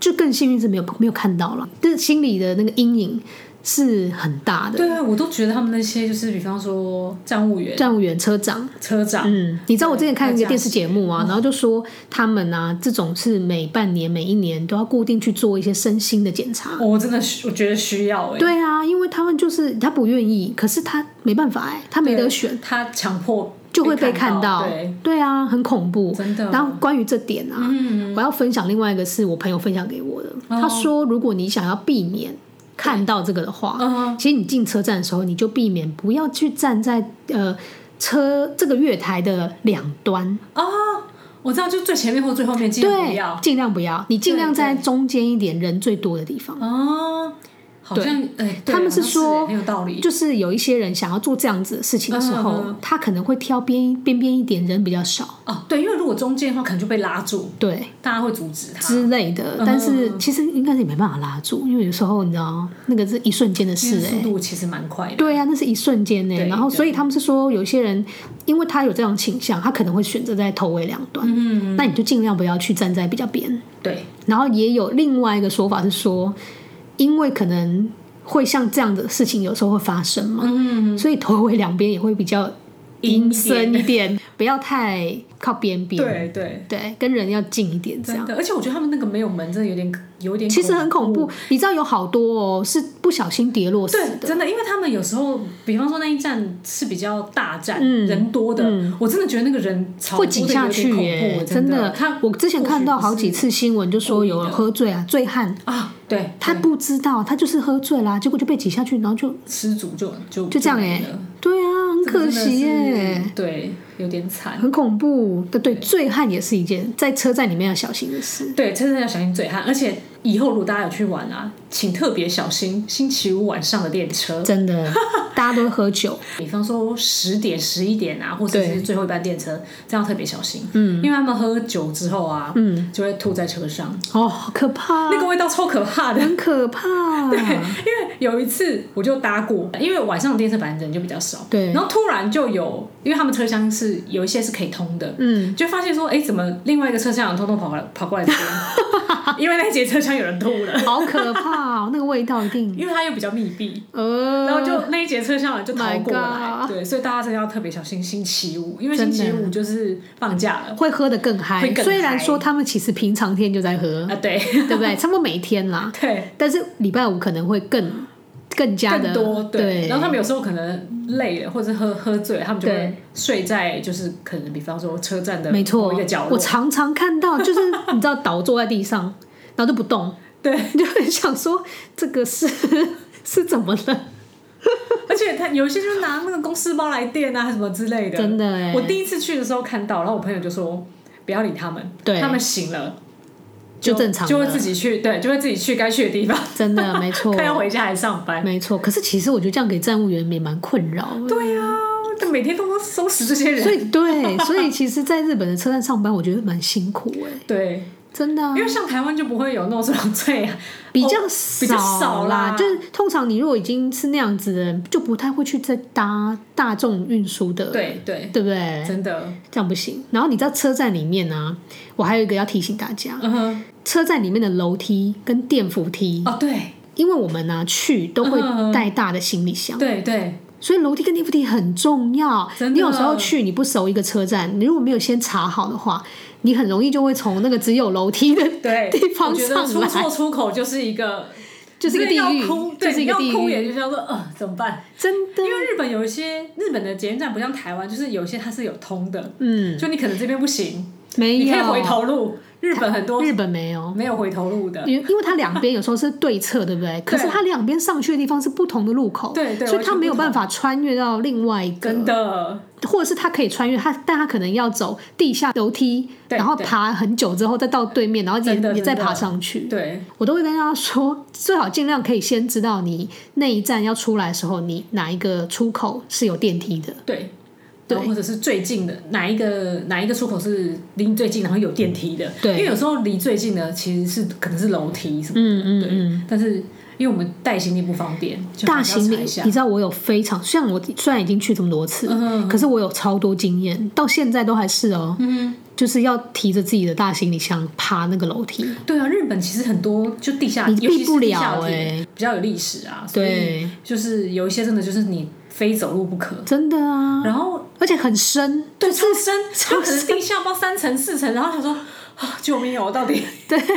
[SPEAKER 1] 就更幸运是没有没有看到了，但是心里的那个阴影是很大的。
[SPEAKER 2] 对啊，我都觉得他们那些就是，比方说站务员、
[SPEAKER 1] 站务员、车长，
[SPEAKER 2] 车长，
[SPEAKER 1] 嗯，你知道我之前看一
[SPEAKER 2] 对
[SPEAKER 1] 个电视节目啊，然后就说他们啊，这种是每半年、每一年都要固定去做一些身心的检查。
[SPEAKER 2] 哦我真的需我觉得需要哎、欸，
[SPEAKER 1] 对啊，因为他们就是他不愿意，可是他没办法哎、他没得选，
[SPEAKER 2] 他强迫
[SPEAKER 1] 就会被
[SPEAKER 2] 看
[SPEAKER 1] 看到。
[SPEAKER 2] 对，
[SPEAKER 1] 啊，很恐怖。
[SPEAKER 2] 真的。嗯
[SPEAKER 1] 然后关于这点啊，我要分享另外一个是我朋友分享给我的，
[SPEAKER 2] 哦
[SPEAKER 1] 他说如果你想要避免看到这个的话，
[SPEAKER 2] 嗯，
[SPEAKER 1] 其实你进车站的时候，你就避免不要去站在呃车这个月台的两端。
[SPEAKER 2] 我知道，就最前面或最后面尽量不
[SPEAKER 1] 对
[SPEAKER 2] 要，
[SPEAKER 1] 尽量不要，你尽量
[SPEAKER 2] 对
[SPEAKER 1] 在中间一点人最多的地方。
[SPEAKER 2] 哦，好像哎，对
[SPEAKER 1] 他们是
[SPEAKER 2] 好像是
[SPEAKER 1] 说
[SPEAKER 2] 欸很有道理，
[SPEAKER 1] 就是有一些人想要做这样子的事情的时候，
[SPEAKER 2] 嗯
[SPEAKER 1] 他可能会挑边边边一点人比较少，
[SPEAKER 2] 哦，对，因为如果中间的话，可能就被拉住，
[SPEAKER 1] 对
[SPEAKER 2] 大家会阻止他。
[SPEAKER 1] 之类
[SPEAKER 2] 嗯
[SPEAKER 1] 的。但是其实应该是也没办法拉住，因为有时候你知道，那个是一瞬间的
[SPEAKER 2] 因为
[SPEAKER 1] 事哎、
[SPEAKER 2] 速度其实蛮快的，
[SPEAKER 1] 对啊，那是一瞬间呢、
[SPEAKER 2] 对
[SPEAKER 1] 然后，
[SPEAKER 2] 对
[SPEAKER 1] 所以他们是说，有些人因为他有这种倾向，他可能会选择在头尾两端。嗯，那你就尽量不要去站在比较边。
[SPEAKER 2] 对，
[SPEAKER 1] 然后也有另外一个说法是说，因为可能会像这样的事情有时候会发生嘛，
[SPEAKER 2] 嗯，
[SPEAKER 1] 所以头尾两边也会比较阴森一点，不要太靠边边，
[SPEAKER 2] 对对，
[SPEAKER 1] 对，跟人要近一点这
[SPEAKER 2] 真
[SPEAKER 1] 样。
[SPEAKER 2] 的。而且我觉得他们那个没有门，真的有点有点，
[SPEAKER 1] 其实很恐怖，你知道有好多哦是不小心跌落死
[SPEAKER 2] 对，
[SPEAKER 1] 的，
[SPEAKER 2] 真的，因为他们有时候，比方说那一站是比较大站，
[SPEAKER 1] 嗯
[SPEAKER 2] 人多的，我真的觉得那个人潮
[SPEAKER 1] 会挤下去耶、
[SPEAKER 2] 耶，
[SPEAKER 1] 真
[SPEAKER 2] 的。
[SPEAKER 1] 的
[SPEAKER 2] 他。
[SPEAKER 1] 我之前看到好几次新闻，就说有
[SPEAKER 2] 故意
[SPEAKER 1] 人
[SPEAKER 2] 的
[SPEAKER 1] 喝醉啊，醉汉，
[SPEAKER 2] 啊，对，
[SPEAKER 1] 他不知道他就是喝醉啦，结果就被挤下去，然后就
[SPEAKER 2] 失足就就
[SPEAKER 1] 就这样
[SPEAKER 2] 没
[SPEAKER 1] 哎
[SPEAKER 2] 了，
[SPEAKER 1] 对啊，很
[SPEAKER 2] 这个
[SPEAKER 1] 可
[SPEAKER 2] 真的
[SPEAKER 1] 惜耶、
[SPEAKER 2] 是对，有点惨。
[SPEAKER 1] 很恐怖。对对，醉汉也是一件在车站里面要小心的事。
[SPEAKER 2] 对，真的要小心醉汉，而且以后如果大家有去玩啊，请特别小心星期五晚上的电车，
[SPEAKER 1] 真 的，大家都会喝酒，
[SPEAKER 2] 比方说十点、十一点啊，或者
[SPEAKER 1] 对
[SPEAKER 2] 是最后一班电车，这样特别小心，嗯，因为他们喝酒之后啊，嗯，就会吐在车上，
[SPEAKER 1] 哦，好可怕，
[SPEAKER 2] 那个味道超可怕的，
[SPEAKER 1] 很可怕。
[SPEAKER 2] 有一次我就搭过，因为晚上电车本来人就比较少，
[SPEAKER 1] 对
[SPEAKER 2] 然后突然就有，因为他们车厢是有一些是可以通的，
[SPEAKER 1] 嗯，
[SPEAKER 2] 就发现说，哎、怎么另外一个车厢有人通通跑过来跑过来这边，因为那节车厢有人吐了，
[SPEAKER 1] 好可怕、哦，那个味道一定，
[SPEAKER 2] 因为它又比较密闭，
[SPEAKER 1] 呃，
[SPEAKER 2] 然后就那一节车厢有人就逃过
[SPEAKER 1] My
[SPEAKER 2] 来，
[SPEAKER 1] God
[SPEAKER 2] 对，所以大家真的要特别小心星期五，因为星期
[SPEAKER 1] 真
[SPEAKER 2] 五就是放假了
[SPEAKER 1] 会喝得更嗨。
[SPEAKER 2] 会更嗨
[SPEAKER 1] 虽然说他们其实平常天就在喝，
[SPEAKER 2] 啊，对
[SPEAKER 1] 对 不对？差不多每天啦，
[SPEAKER 2] 对。
[SPEAKER 1] 但是礼拜五可能会更更加的
[SPEAKER 2] 更多
[SPEAKER 1] 对。
[SPEAKER 2] 然后他们有时候可能累了，或者喝喝醉了，他们就
[SPEAKER 1] 对
[SPEAKER 2] 会睡在就是可能比方说车站的
[SPEAKER 1] 没错
[SPEAKER 2] 某一个角，落
[SPEAKER 1] 我，常常看到，就是 你知道倒坐在地上，然后就不动，
[SPEAKER 2] 对，
[SPEAKER 1] 就很想说这个是 是怎么了？
[SPEAKER 2] 而且他有一些就拿那个公司包来垫啊什么之类的。
[SPEAKER 1] 真的哎、
[SPEAKER 2] 我第一次去的时候看到，然后我朋友就说不要理他们，
[SPEAKER 1] 对
[SPEAKER 2] 他们醒了
[SPEAKER 1] 就正常了
[SPEAKER 2] 就会自己去，对，就会自己去该去的地方，
[SPEAKER 1] 真的没 错，
[SPEAKER 2] 看要回家还上班。
[SPEAKER 1] 没错。可是其实我觉得这样给站务员也蛮困扰的。
[SPEAKER 2] 对呀、每天都收拾这些人，
[SPEAKER 1] 所以对，所以其实，在日本的车站上班，我觉得蛮辛苦哎、
[SPEAKER 2] 对，
[SPEAKER 1] 真的啊、
[SPEAKER 2] 因为像台湾就不会有那种最
[SPEAKER 1] 比较
[SPEAKER 2] 比较少
[SPEAKER 1] 啦
[SPEAKER 2] 啦，
[SPEAKER 1] 就是通常你如果已经是那样子的人，就不太会去再搭大众运输的，
[SPEAKER 2] 对对，
[SPEAKER 1] 对不对？
[SPEAKER 2] 真的，
[SPEAKER 1] 这样不行。然后你知道车站里面呢、我还有一个要提醒大家，
[SPEAKER 2] 嗯哼，
[SPEAKER 1] 车站里面的楼梯跟电扶梯，
[SPEAKER 2] 哦对
[SPEAKER 1] 因为我们呢、去都会
[SPEAKER 2] 嗯
[SPEAKER 1] 带大的行李箱，
[SPEAKER 2] 对对，
[SPEAKER 1] 所以楼梯跟电扶梯很重要。
[SPEAKER 2] 真的
[SPEAKER 1] 你有时候去你不熟一个车站，你如果没有先查好的话，你很容易就会从那个只有楼梯的
[SPEAKER 2] 对，
[SPEAKER 1] 地方
[SPEAKER 2] 我觉得
[SPEAKER 1] 上
[SPEAKER 2] 出
[SPEAKER 1] 来
[SPEAKER 2] 错出口就是一个，
[SPEAKER 1] 就是一个地
[SPEAKER 2] 你
[SPEAKER 1] 狱
[SPEAKER 2] 要哭，，
[SPEAKER 1] 就
[SPEAKER 2] 对，
[SPEAKER 1] 是一个地
[SPEAKER 2] 你要哭
[SPEAKER 1] 狱，
[SPEAKER 2] 也就叫做呃怎么办？
[SPEAKER 1] 真的
[SPEAKER 2] 因。为日本有一些日本的捷运站不像台湾，就是有一些它是有通的，
[SPEAKER 1] 嗯，
[SPEAKER 2] 就你可能这边不行，
[SPEAKER 1] 没有。
[SPEAKER 2] 你可以回头路。
[SPEAKER 1] 哎
[SPEAKER 2] 日本很多
[SPEAKER 1] 日本没有，
[SPEAKER 2] 没有回头路的，
[SPEAKER 1] 因因为它两边有时候是对侧，对不对？可是它两边上去的地方是不同的路口，
[SPEAKER 2] 对对
[SPEAKER 1] 所以它没有
[SPEAKER 2] 完全不同
[SPEAKER 1] 办法穿越到另外一个，
[SPEAKER 2] 真的
[SPEAKER 1] 或者是它可以穿越，它但它可能要走地下楼梯，
[SPEAKER 2] 对
[SPEAKER 1] 然后
[SPEAKER 2] 对
[SPEAKER 1] 爬很久之后再到对面，然后也
[SPEAKER 2] 真的
[SPEAKER 1] 也再
[SPEAKER 2] 真的
[SPEAKER 1] 爬上去。
[SPEAKER 2] 对
[SPEAKER 1] 我都会跟大家说，最好尽量可以先知道你那一站要出来的时候，你哪一个出口是有电梯的。
[SPEAKER 2] 对。
[SPEAKER 1] 对
[SPEAKER 2] 然后或者是最近的哪一个哪一个出口是离最近，然后有电梯的？
[SPEAKER 1] 对
[SPEAKER 2] 因为有时候离最近的其实是可能是楼梯什么的，
[SPEAKER 1] 嗯嗯
[SPEAKER 2] 对
[SPEAKER 1] 嗯。
[SPEAKER 2] 但是因为我们带行李不方便，就
[SPEAKER 1] 大
[SPEAKER 2] 还是要
[SPEAKER 1] 行李，
[SPEAKER 2] 查一下
[SPEAKER 1] 你知道我有非常，像我虽然已经去这么多次，
[SPEAKER 2] 嗯
[SPEAKER 1] 可是我有超多经验，到现在都还是哦，
[SPEAKER 2] 嗯
[SPEAKER 1] 就是要提着自己的大行李箱爬那个楼梯。
[SPEAKER 2] 对啊，日本其实很多就地下，
[SPEAKER 1] 你
[SPEAKER 2] 尤其
[SPEAKER 1] 避不
[SPEAKER 2] 是地
[SPEAKER 1] 了
[SPEAKER 2] 下铁、
[SPEAKER 1] 欸
[SPEAKER 2] 比较有历史啊，所以
[SPEAKER 1] 对，
[SPEAKER 2] 就是有一些真的就是你非走路不可。
[SPEAKER 1] 真的啊，
[SPEAKER 2] 然后
[SPEAKER 1] 而且很深，
[SPEAKER 2] 对超深，
[SPEAKER 1] 超
[SPEAKER 2] 就可能地下包三层四层，然后想说啊，救命哦，到底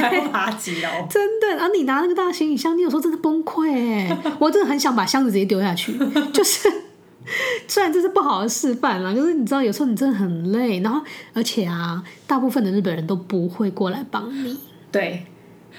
[SPEAKER 2] 还要爬几楼？
[SPEAKER 1] 真的。啊，你拿那个大行李箱，你有时候真的崩溃哎，我真的很想把箱子直接丢下去， 就是。虽然这是不好的示范啦，可是你知道，有时候你真的很累，然后而且啊，大部分的日本人都不会过来帮你，
[SPEAKER 2] 对，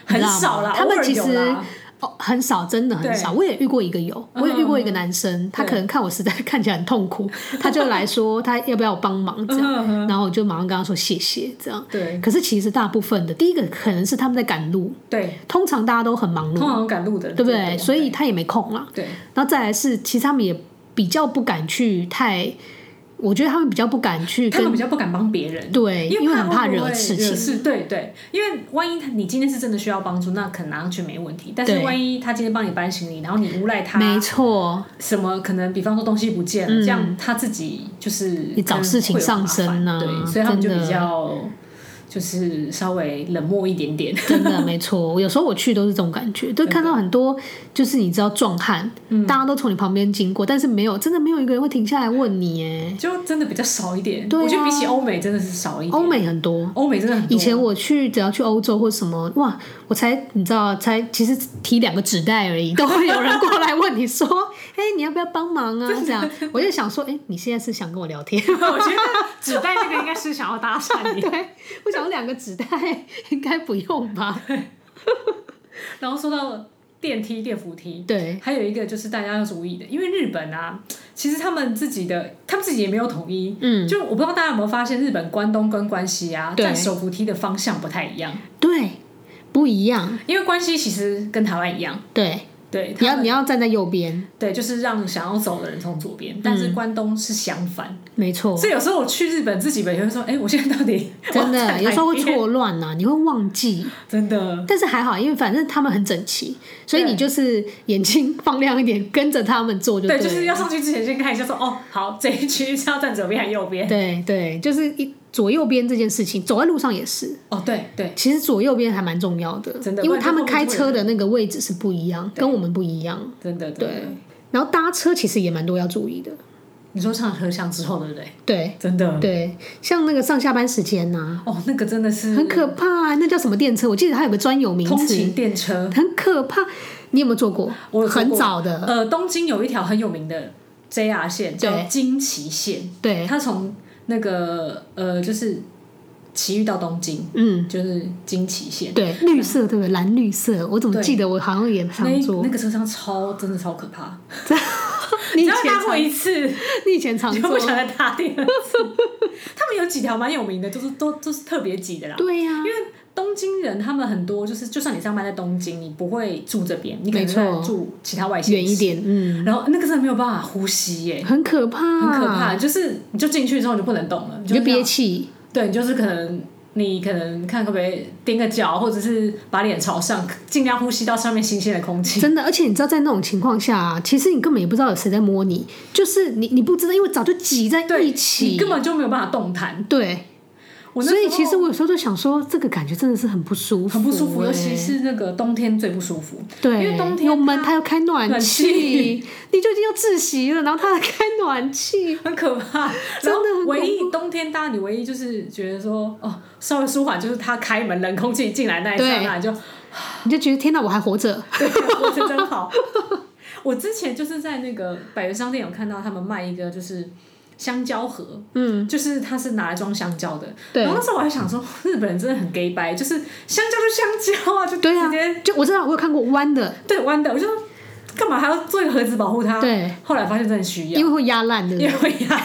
[SPEAKER 1] 你
[SPEAKER 2] 很
[SPEAKER 1] 知道吗
[SPEAKER 2] 少啦，
[SPEAKER 1] 他们
[SPEAKER 2] 偶尔
[SPEAKER 1] 其
[SPEAKER 2] 有
[SPEAKER 1] 实
[SPEAKER 2] 啦
[SPEAKER 1] 哦很少，真的很
[SPEAKER 2] 对嗯
[SPEAKER 1] 少。我也遇过一个有，我也遇过一个男生，他
[SPEAKER 2] 对
[SPEAKER 1] 可能看我实在看起来很痛苦，他就来说他要不要我帮忙这
[SPEAKER 2] 嗯
[SPEAKER 1] 样，然后我就马上跟他说谢谢这样。
[SPEAKER 2] 对
[SPEAKER 1] 可是其实大部分的，第一个可能是他们在赶路，
[SPEAKER 2] 对，
[SPEAKER 1] 通常大家都很忙
[SPEAKER 2] 通
[SPEAKER 1] 碌，
[SPEAKER 2] 常赶路的人
[SPEAKER 1] 对不
[SPEAKER 2] 最
[SPEAKER 1] 对？
[SPEAKER 2] 多
[SPEAKER 1] 所以他也没空啦。
[SPEAKER 2] 对
[SPEAKER 1] 然后再来是，其实他们也比较不敢去太，我觉得他们比较不敢去
[SPEAKER 2] 他们
[SPEAKER 1] 跟
[SPEAKER 2] 比较不敢帮别人，
[SPEAKER 1] 对，因
[SPEAKER 2] 因
[SPEAKER 1] 为很怕
[SPEAKER 2] 会不
[SPEAKER 1] 惹
[SPEAKER 2] 会
[SPEAKER 1] 事
[SPEAKER 2] 惹
[SPEAKER 1] 情。
[SPEAKER 2] 事对对，因为万一他你今天是真的需要帮助，那可能拿上去没问题。但是
[SPEAKER 1] 对
[SPEAKER 2] 万一他今天帮你搬行李，然后你诬赖他，
[SPEAKER 1] 没错，
[SPEAKER 2] 什么可能，比方说东西不见了，这样他自己就是
[SPEAKER 1] 嗯你找事情上身啊
[SPEAKER 2] 呢、对，所以他们就
[SPEAKER 1] 真的
[SPEAKER 2] 比较就是稍微冷漠一点 点。
[SPEAKER 1] 真的没错，我有时候我去都是这种感觉，就看到很多就是你知道壮汉，大家都从你旁边经过，但是没有真的没有一个人会停下来问你耶。
[SPEAKER 2] 就真的比较少一点，
[SPEAKER 1] 对啊
[SPEAKER 2] 我觉得比起欧美真的是少一点。
[SPEAKER 1] 欧美很多，
[SPEAKER 2] 欧美真的很多
[SPEAKER 1] 以前我去只要去欧洲或什么，哇，我才你知道才其实提两个纸袋而已，都会有人过来问你说，哎、你要不要帮忙啊？这样，我就想说，哎、你现在是想跟我聊天？
[SPEAKER 2] 我觉得纸袋那个应该是想要搭讪你，
[SPEAKER 1] 对，我想两个纸袋应该不用吧？
[SPEAKER 2] 然后说到电梯、电扶梯，
[SPEAKER 1] 对，
[SPEAKER 2] 还有一个就是大家要注意的，因为日本啊，其实他们自己的，他们自己也没有统一。
[SPEAKER 1] 嗯，
[SPEAKER 2] 就我不知道大家有没有发现，日本关东跟关西啊，
[SPEAKER 1] 对
[SPEAKER 2] 站手扶梯的方向不太一样，
[SPEAKER 1] 对，不一样，
[SPEAKER 2] 因为关西其实跟台湾一样，
[SPEAKER 1] 对，
[SPEAKER 2] 对，
[SPEAKER 1] 你
[SPEAKER 2] 他
[SPEAKER 1] 要
[SPEAKER 2] 们
[SPEAKER 1] 你要站在右边，
[SPEAKER 2] 对，就是让想要走的人从左边，但是
[SPEAKER 1] 嗯
[SPEAKER 2] 关东是相反，
[SPEAKER 1] 没错。
[SPEAKER 2] 所以有时候我去日本自己本也会说，哎、我现在到底
[SPEAKER 1] 真
[SPEAKER 2] 我要站
[SPEAKER 1] 的，
[SPEAKER 2] 哪
[SPEAKER 1] 有时候会
[SPEAKER 2] 边，
[SPEAKER 1] 错乱 呐、你会忘记。
[SPEAKER 2] 真的，
[SPEAKER 1] 但是还好，因为反正他们很整齐，所以
[SPEAKER 2] 对
[SPEAKER 1] 你就是眼睛放亮一点，跟着他们做就
[SPEAKER 2] 对，
[SPEAKER 1] 了
[SPEAKER 2] 就是要上去之前先看一下说，哦，好， 这一区是要站左边还是右边？
[SPEAKER 1] 对对，就是一左右边这件事情，走在路上也是。
[SPEAKER 2] 哦，对对
[SPEAKER 1] 其实左右边还蛮重要的，
[SPEAKER 2] 真的
[SPEAKER 1] 因为
[SPEAKER 2] 不然
[SPEAKER 1] 他们
[SPEAKER 2] 就后
[SPEAKER 1] 开
[SPEAKER 2] 面就会
[SPEAKER 1] 车的那个位置是不一样，跟我们不一样。
[SPEAKER 2] 真的真
[SPEAKER 1] 对
[SPEAKER 2] 的，，
[SPEAKER 1] 然后搭车其实也蛮多要注意的。
[SPEAKER 2] 你说唱合唱之后，对不对？嗯
[SPEAKER 1] 对
[SPEAKER 2] 真的，
[SPEAKER 1] 对，像那个上下班时间呐、
[SPEAKER 2] 哦，那个真的是
[SPEAKER 1] 很可怕、那叫什么电车？我记得它有个专有名
[SPEAKER 2] 通
[SPEAKER 1] 词，
[SPEAKER 2] 勤电车。
[SPEAKER 1] 很可怕。你有没有坐过？
[SPEAKER 2] 我有坐过
[SPEAKER 1] 很早的，
[SPEAKER 2] 呃，东京有一条很有名的 JR 线叫
[SPEAKER 1] 对
[SPEAKER 2] 金崎线，
[SPEAKER 1] 对，
[SPEAKER 2] 它从那个呃就是埼玉到东京，
[SPEAKER 1] 嗯，
[SPEAKER 2] 就是金崎线。
[SPEAKER 1] 对，绿色对不对？蓝绿色，我怎么
[SPEAKER 2] 对
[SPEAKER 1] 记得我好像也
[SPEAKER 2] 那
[SPEAKER 1] 常坐
[SPEAKER 2] 那？个车厢超真的超可怕，
[SPEAKER 1] 你以
[SPEAKER 2] 只
[SPEAKER 1] 前
[SPEAKER 2] 要搭
[SPEAKER 1] 常
[SPEAKER 2] 过，一次，
[SPEAKER 1] 你以前常
[SPEAKER 2] 你就
[SPEAKER 1] 坐
[SPEAKER 2] 不？想再搭第二次。他们有几条蛮有名的，就是都都是特别挤的啦。
[SPEAKER 1] 对呀、
[SPEAKER 2] 因为东京人他们很多，就是就算你上班在东京，你不会住这边，你可能
[SPEAKER 1] 没错
[SPEAKER 2] 会住其他外县市
[SPEAKER 1] 远一。点，嗯，
[SPEAKER 2] 然后那个真的没有办法呼吸耶，
[SPEAKER 1] 很可怕，
[SPEAKER 2] 很可怕。，就是你就进去之后你就不能动了，
[SPEAKER 1] 啊你就
[SPEAKER 2] 这样
[SPEAKER 1] 憋气，
[SPEAKER 2] 对，你就是可能你可能看可不可以踮个脚，或者是把脸朝上，尽量呼吸到上面新鲜的空气。
[SPEAKER 1] 真的，而且你知道，在那种情况下、 啊，其实你根本也不知道有谁在摸你，就是你你不知道，因为早就挤在
[SPEAKER 2] 对
[SPEAKER 1] 一起
[SPEAKER 2] 你，根本就没有办法动弹。
[SPEAKER 1] 对。
[SPEAKER 2] 我那
[SPEAKER 1] 所以
[SPEAKER 2] 时候
[SPEAKER 1] 其实我有时候就想说，这个感觉真的是很不舒服、
[SPEAKER 2] 很不舒服，
[SPEAKER 1] 欸
[SPEAKER 2] 尤其是那个冬天最不舒服。
[SPEAKER 1] 对，
[SPEAKER 2] 因为冬天
[SPEAKER 1] 又闷，
[SPEAKER 2] 它
[SPEAKER 1] 它要开暖
[SPEAKER 2] 暖气
[SPEAKER 1] 气， 你就已经要窒息了，然后它还开暖气，
[SPEAKER 2] 很可怕，
[SPEAKER 1] 真的
[SPEAKER 2] 然后
[SPEAKER 1] 很恐怖
[SPEAKER 2] 唯一冬天，当然你唯一就是觉得说，哦，稍微舒缓，就是它开门冷空气进来那一刹那，你就
[SPEAKER 1] 你就觉得天哪，我还活 着。
[SPEAKER 2] 对，活着真好。 我之前就是在那个百元商店有看到他们卖一个就是香蕉盒，
[SPEAKER 1] 嗯，
[SPEAKER 2] 就是它是拿来装香蕉的。
[SPEAKER 1] 对
[SPEAKER 2] 然后那时候我还想说， 日本人真的很 gay 白，就是香蕉就香蕉啊，就
[SPEAKER 1] 对啊
[SPEAKER 2] 直接，
[SPEAKER 1] 就我知道我有看过弯的，
[SPEAKER 2] 对弯的，我就说干嘛还要做一个盒子保护它？
[SPEAKER 1] 对。
[SPEAKER 2] 后来发现真的需要，
[SPEAKER 1] 因为会压烂的，
[SPEAKER 2] 因为压，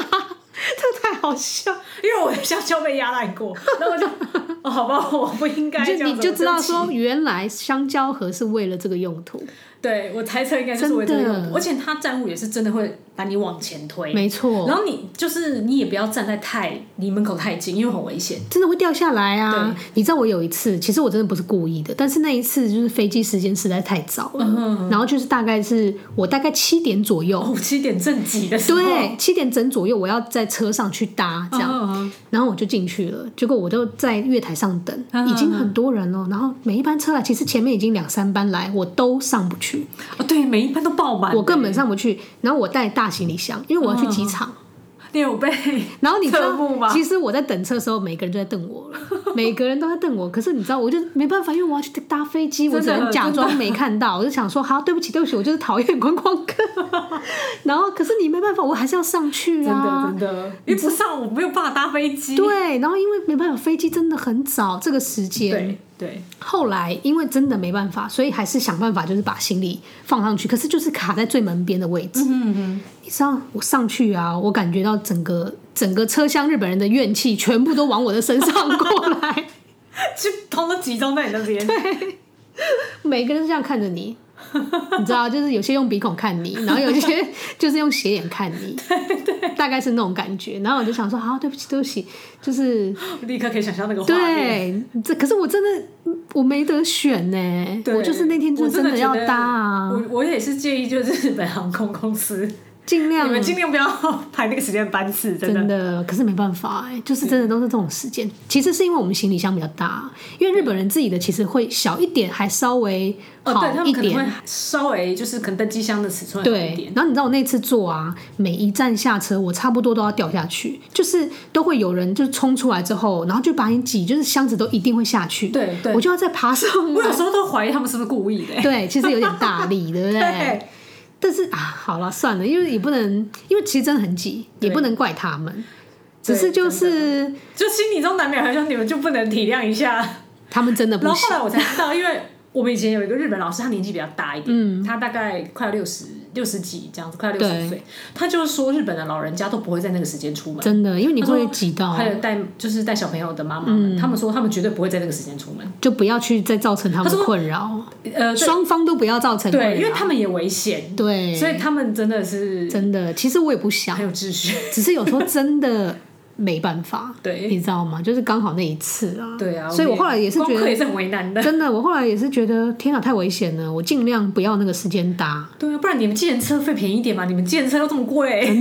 [SPEAKER 1] 这太好笑。
[SPEAKER 2] 因为我的香蕉被压烂过，然后我就 哦，好吧，我不应 该
[SPEAKER 1] 你
[SPEAKER 2] 这
[SPEAKER 1] 就
[SPEAKER 2] 样子，
[SPEAKER 1] 你就知道
[SPEAKER 2] 我
[SPEAKER 1] 说，
[SPEAKER 2] 生气，
[SPEAKER 1] 原来香蕉盒是为了这个用途，
[SPEAKER 2] 对我猜测应该就是为这个
[SPEAKER 1] 真的
[SPEAKER 2] 用途，而且它站务也是真的会把你往前推，
[SPEAKER 1] 没错，
[SPEAKER 2] 然后你就是你也不要站在太离门口太近，因为很危险。
[SPEAKER 1] 真的会掉下来啊！你知道我有一次，其实我真的不是故意的，但是那一次就是飞机时间实在太早
[SPEAKER 2] 嗯
[SPEAKER 1] 了，然后就是大概是我大概七点左右，
[SPEAKER 2] 哦，七点正挤的时候，
[SPEAKER 1] 对，七点整左右我要在车上去搭这样，
[SPEAKER 2] 嗯，
[SPEAKER 1] 然后我就进去了，结果我就在月台上等
[SPEAKER 2] 嗯，
[SPEAKER 1] 已经很多人了，然后每一班车来，其实前面已经两三班来，我都上不去，
[SPEAKER 2] 哦，对，每一班嗯都爆满，
[SPEAKER 1] 我根本上不去，然后我带大行李箱，因为我要去机场。
[SPEAKER 2] 你有被
[SPEAKER 1] 然后你知
[SPEAKER 2] 侧目
[SPEAKER 1] 道
[SPEAKER 2] 吗，
[SPEAKER 1] 其实我在等车的时候，每个人都在瞪我 了，每个人都在瞪我。可是你知道，我就没办法，因为我要去搭飞机，我
[SPEAKER 2] 真
[SPEAKER 1] 只
[SPEAKER 2] 的
[SPEAKER 1] 能假
[SPEAKER 2] 真的
[SPEAKER 1] 装没看到。我就想说，好，对不起，对不起，我就是讨厌观光客。 然后，可是你没办法，我还是要上去
[SPEAKER 2] 真的
[SPEAKER 1] 啊
[SPEAKER 2] 真。的，因为不上我没有办法搭飞机，
[SPEAKER 1] 对，然后因为没办法，飞机真的很早这个时间。
[SPEAKER 2] 对对，
[SPEAKER 1] 后来因为真的没办法，所以还是想办法，就是把行李放上去。可是就是卡在最门边的位置。
[SPEAKER 2] 嗯嗯，
[SPEAKER 1] 你知道我上去啊，我感觉到整个整个车厢日本人的怨气全部都往我的身上过来，
[SPEAKER 2] 就通通集中在你那边，
[SPEAKER 1] 每个人都这样看着你，你知道，就是有些用鼻孔看 你，然后有些就是用斜眼看你，大概是那种感觉。然后我就想说，好、对不起，对不起，就是
[SPEAKER 2] 立刻可以想象那个画面。
[SPEAKER 1] 对这，可是我真的我没得选呢、
[SPEAKER 2] 对
[SPEAKER 1] 我就是那天就
[SPEAKER 2] 我
[SPEAKER 1] 真
[SPEAKER 2] 真
[SPEAKER 1] 的
[SPEAKER 2] 的
[SPEAKER 1] 要
[SPEAKER 2] 觉得
[SPEAKER 1] 搭啊，
[SPEAKER 2] 我我也是建议，就是日本航空公司，
[SPEAKER 1] 尽量
[SPEAKER 2] 你们尽量不要排那个时间班次，真的。嗯
[SPEAKER 1] 真的，可是没办法哎、就是真的都是这种时间。其实是因为我们行李箱比较大，因为日本人自己的其实会小一点，还稍微
[SPEAKER 2] 哦，对他
[SPEAKER 1] 好一
[SPEAKER 2] 们可能
[SPEAKER 1] 点。
[SPEAKER 2] 会稍微就是可能登机箱的尺寸好一
[SPEAKER 1] 对
[SPEAKER 2] 点，，
[SPEAKER 1] 然后你知道我那次坐啊，每一站下车我差不多都要掉下去，就是都会有人就是冲出来之后，然后就把你挤，就是箱子都一定会下去。
[SPEAKER 2] 对对
[SPEAKER 1] 我就要再爬上
[SPEAKER 2] 我有
[SPEAKER 1] 来。
[SPEAKER 2] 时候都怀疑他们是不是故意的、
[SPEAKER 1] 对，其实有点大力，对不对？
[SPEAKER 2] 对
[SPEAKER 1] 但是啊，好了，算了，因为也不能，因为其实真的很挤，也不能怪他们，只
[SPEAKER 2] 对
[SPEAKER 1] 是就
[SPEAKER 2] 真的
[SPEAKER 1] 是
[SPEAKER 2] 就心里中难免还说你们就不能体谅一下。
[SPEAKER 1] 他们真的不
[SPEAKER 2] 然后
[SPEAKER 1] 行
[SPEAKER 2] 后。来我才知道，因为我们以前有一个日本老师，他年纪比较大一点，他大概快六十六十几这样子，快六
[SPEAKER 1] 嗯对
[SPEAKER 2] 十岁，他就说日本的老人家都不会在那个时间出门。
[SPEAKER 1] 真的，因为你会挤到，
[SPEAKER 2] 还有带就是带小朋友的妈妈们，
[SPEAKER 1] 嗯
[SPEAKER 2] 他们说他们绝对不会在那个时间出门。
[SPEAKER 1] 就不要去再造成他们困扰，
[SPEAKER 2] 呃，对
[SPEAKER 1] 双方都不要造成困扰。
[SPEAKER 2] 对，因为他们也危险，
[SPEAKER 1] 对
[SPEAKER 2] 所以他们真的是
[SPEAKER 1] 真的，其实我也不想
[SPEAKER 2] 很，有秩序。
[SPEAKER 1] 只是有时候真的没办法，
[SPEAKER 2] 对
[SPEAKER 1] 你知道吗？就是刚好那一次啊，
[SPEAKER 2] 对啊，
[SPEAKER 1] 所以我后来也是觉
[SPEAKER 2] 功课也
[SPEAKER 1] 得。
[SPEAKER 2] 是很为难的。
[SPEAKER 1] 真的，我后来也是觉得，天啊哪，太危险了！我尽量不要那个时间搭。
[SPEAKER 2] 对啊，不然你们计程车费便宜一点嘛，你们计程车又这么贵。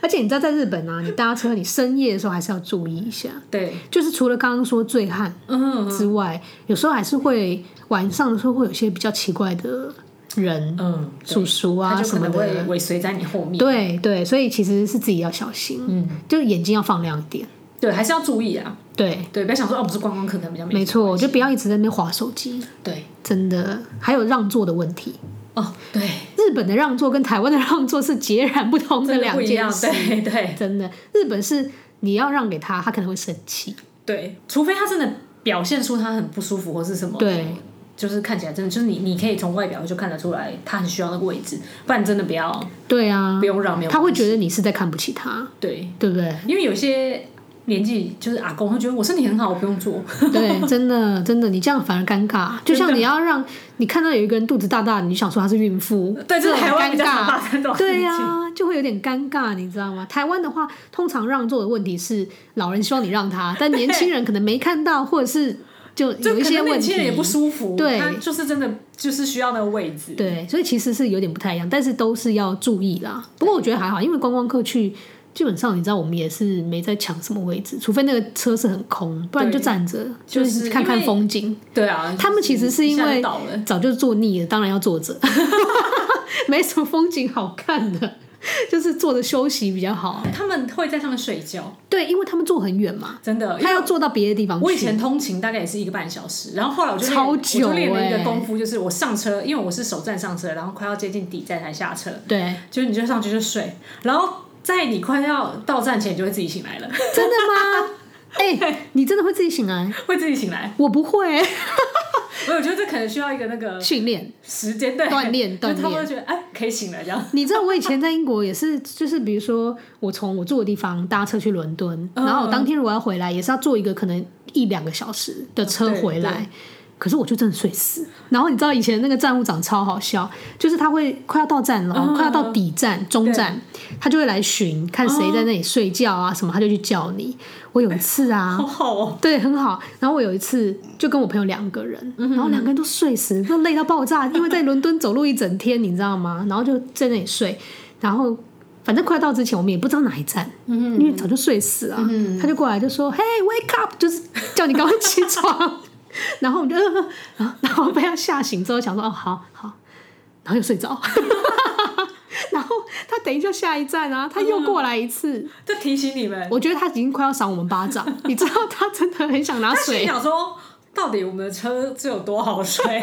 [SPEAKER 1] 而且你知道，在日本啊，你搭车，你深夜的时候还是要注意一下。
[SPEAKER 2] 对，
[SPEAKER 1] 就是除了刚刚说醉汉
[SPEAKER 2] 嗯
[SPEAKER 1] 之外，有时候还是会晚上的时候会有一些比较奇怪的人，
[SPEAKER 2] 嗯，
[SPEAKER 1] 叔叔啊
[SPEAKER 2] 他就
[SPEAKER 1] 什
[SPEAKER 2] 可
[SPEAKER 1] 么
[SPEAKER 2] 能会
[SPEAKER 1] 的。
[SPEAKER 2] 尾随在你后面。
[SPEAKER 1] 对对，所以其实是自己要小心，嗯，就眼睛要放亮一点。
[SPEAKER 2] 对，还是要注意啊。
[SPEAKER 1] 对，
[SPEAKER 2] 对，不要想说哦，不是观光客，可能比较没
[SPEAKER 1] 没错，就不要一直在那边划手机，
[SPEAKER 2] 对
[SPEAKER 1] 真的。还有让座的问题，
[SPEAKER 2] 哦，对，
[SPEAKER 1] 日本的让座跟台湾的 让座是截然不同的
[SPEAKER 2] 真的
[SPEAKER 1] 两
[SPEAKER 2] 不一
[SPEAKER 1] 件
[SPEAKER 2] 样。
[SPEAKER 1] 事，
[SPEAKER 2] 对对
[SPEAKER 1] 真的。日本是你要让给他，他可能会生气，
[SPEAKER 2] 对，除非他真的表现出他很不舒服或是什么，
[SPEAKER 1] 对，
[SPEAKER 2] 就是看起来真的就是你，你可以从外表就看得出来他很需要那个位置，不然真的不要
[SPEAKER 1] 对啊
[SPEAKER 2] 不，用让，没有
[SPEAKER 1] 他会
[SPEAKER 2] 关系
[SPEAKER 1] 觉得你是在看不起他，
[SPEAKER 2] 对，
[SPEAKER 1] 对不对？
[SPEAKER 2] 因为有些年纪就是阿公，他觉得我身体很好，我不用做。
[SPEAKER 1] 对，真的真的，你这样反而尴尬。就像你要让你看到有一个人肚子大大的，你想说她是孕妇，
[SPEAKER 2] 对，
[SPEAKER 1] 这
[SPEAKER 2] 这是
[SPEAKER 1] 很
[SPEAKER 2] 台湾
[SPEAKER 1] 尴
[SPEAKER 2] 比较常
[SPEAKER 1] 尬
[SPEAKER 2] 发。生这种
[SPEAKER 1] 对呀、
[SPEAKER 2] 事情
[SPEAKER 1] 就会有点尴尬，你知道吗？台湾的话，通常让座的问题是老人希望你让他，但年轻人可能没看到，或者是就
[SPEAKER 2] 就
[SPEAKER 1] 有一
[SPEAKER 2] 可
[SPEAKER 1] 些
[SPEAKER 2] 能
[SPEAKER 1] 问
[SPEAKER 2] 年
[SPEAKER 1] 题
[SPEAKER 2] 轻人也不舒服，
[SPEAKER 1] 对
[SPEAKER 2] 他就是真的就是需要那个位置。
[SPEAKER 1] 对，所以其实是有点不太一样，但是都是要注意啦。不过我觉得还好，因为观光客去，基本上你知道我们也是没在抢什么位置，除非那个车是很空，不然就
[SPEAKER 2] 对
[SPEAKER 1] 站着，
[SPEAKER 2] 就
[SPEAKER 1] 就是是看
[SPEAKER 2] 因
[SPEAKER 1] 看
[SPEAKER 2] 为
[SPEAKER 1] 风景。
[SPEAKER 2] 对啊，
[SPEAKER 1] 他们其实是因为
[SPEAKER 2] 一下就倒了，
[SPEAKER 1] 早就坐腻了，当然要坐着， 没什么风景好看的，就是坐着休息比较好。
[SPEAKER 2] 他们会在上面睡觉，
[SPEAKER 1] 对，因为他们坐很远嘛，
[SPEAKER 2] 真的。因
[SPEAKER 1] 他
[SPEAKER 2] 为
[SPEAKER 1] 要坐到别的地方去。
[SPEAKER 2] 我以前通勤大概也是一个半小时，然后后来我就练
[SPEAKER 1] 超
[SPEAKER 2] 我
[SPEAKER 1] 久
[SPEAKER 2] 就练了一
[SPEAKER 1] 欸
[SPEAKER 2] 个功夫，就是我上车，因为我是首站上车，然后快要接近底站才下车，
[SPEAKER 1] 对，
[SPEAKER 2] 就是你就上去就睡，然后在你快要到站前你就会自己醒来了，
[SPEAKER 1] 真的吗？哎、你真的会自己醒来？
[SPEAKER 2] 会自己醒来。
[SPEAKER 1] 我不会、
[SPEAKER 2] 所以我觉得这可能需要一个那个
[SPEAKER 1] 训练。
[SPEAKER 2] 时间对
[SPEAKER 1] 锻炼
[SPEAKER 2] 就他
[SPEAKER 1] 锻
[SPEAKER 2] 们
[SPEAKER 1] 炼
[SPEAKER 2] 会觉得哎可以醒了这样。
[SPEAKER 1] 你知道我以前在英国也是，就是比如说我从我住的地方搭车去伦敦，
[SPEAKER 2] 嗯
[SPEAKER 1] 然后我当天如果要回来，也是要坐一个可能一两个小时的车回
[SPEAKER 2] 嗯对
[SPEAKER 1] 来。可是我就真的睡死。然后你知道以前那个站务长超好笑，就是他会快要到站了，哦
[SPEAKER 2] 嗯
[SPEAKER 1] 快要到底站、中站，他就会来巡，看谁在那里睡觉啊什么，他就去叫你。我有一次啊，
[SPEAKER 2] 好好哦，
[SPEAKER 1] 对，很好。然后我有一次就跟我朋友两个人，然后两个人都睡死，都累到爆炸，因为在伦敦走路一整天，你知道吗？然后就在那里睡，然后反正快到之前我们也不知道哪一站，因为早就睡死啊。他就过来就说：“Hey, wake up！” 就是叫你赶快起床。 然后我们就，呃呃然后然后被他吓醒之后，想说：“哦，好好。”然后又睡着。 然后他等一下下一站啊，他又过来一次，
[SPEAKER 2] 就提醒你们。
[SPEAKER 1] 我觉得他已经快要赏我们巴掌，你知道他真的很想拿
[SPEAKER 2] 他心里
[SPEAKER 1] 水，
[SPEAKER 2] 想说，到底我们的车是有多 好睡？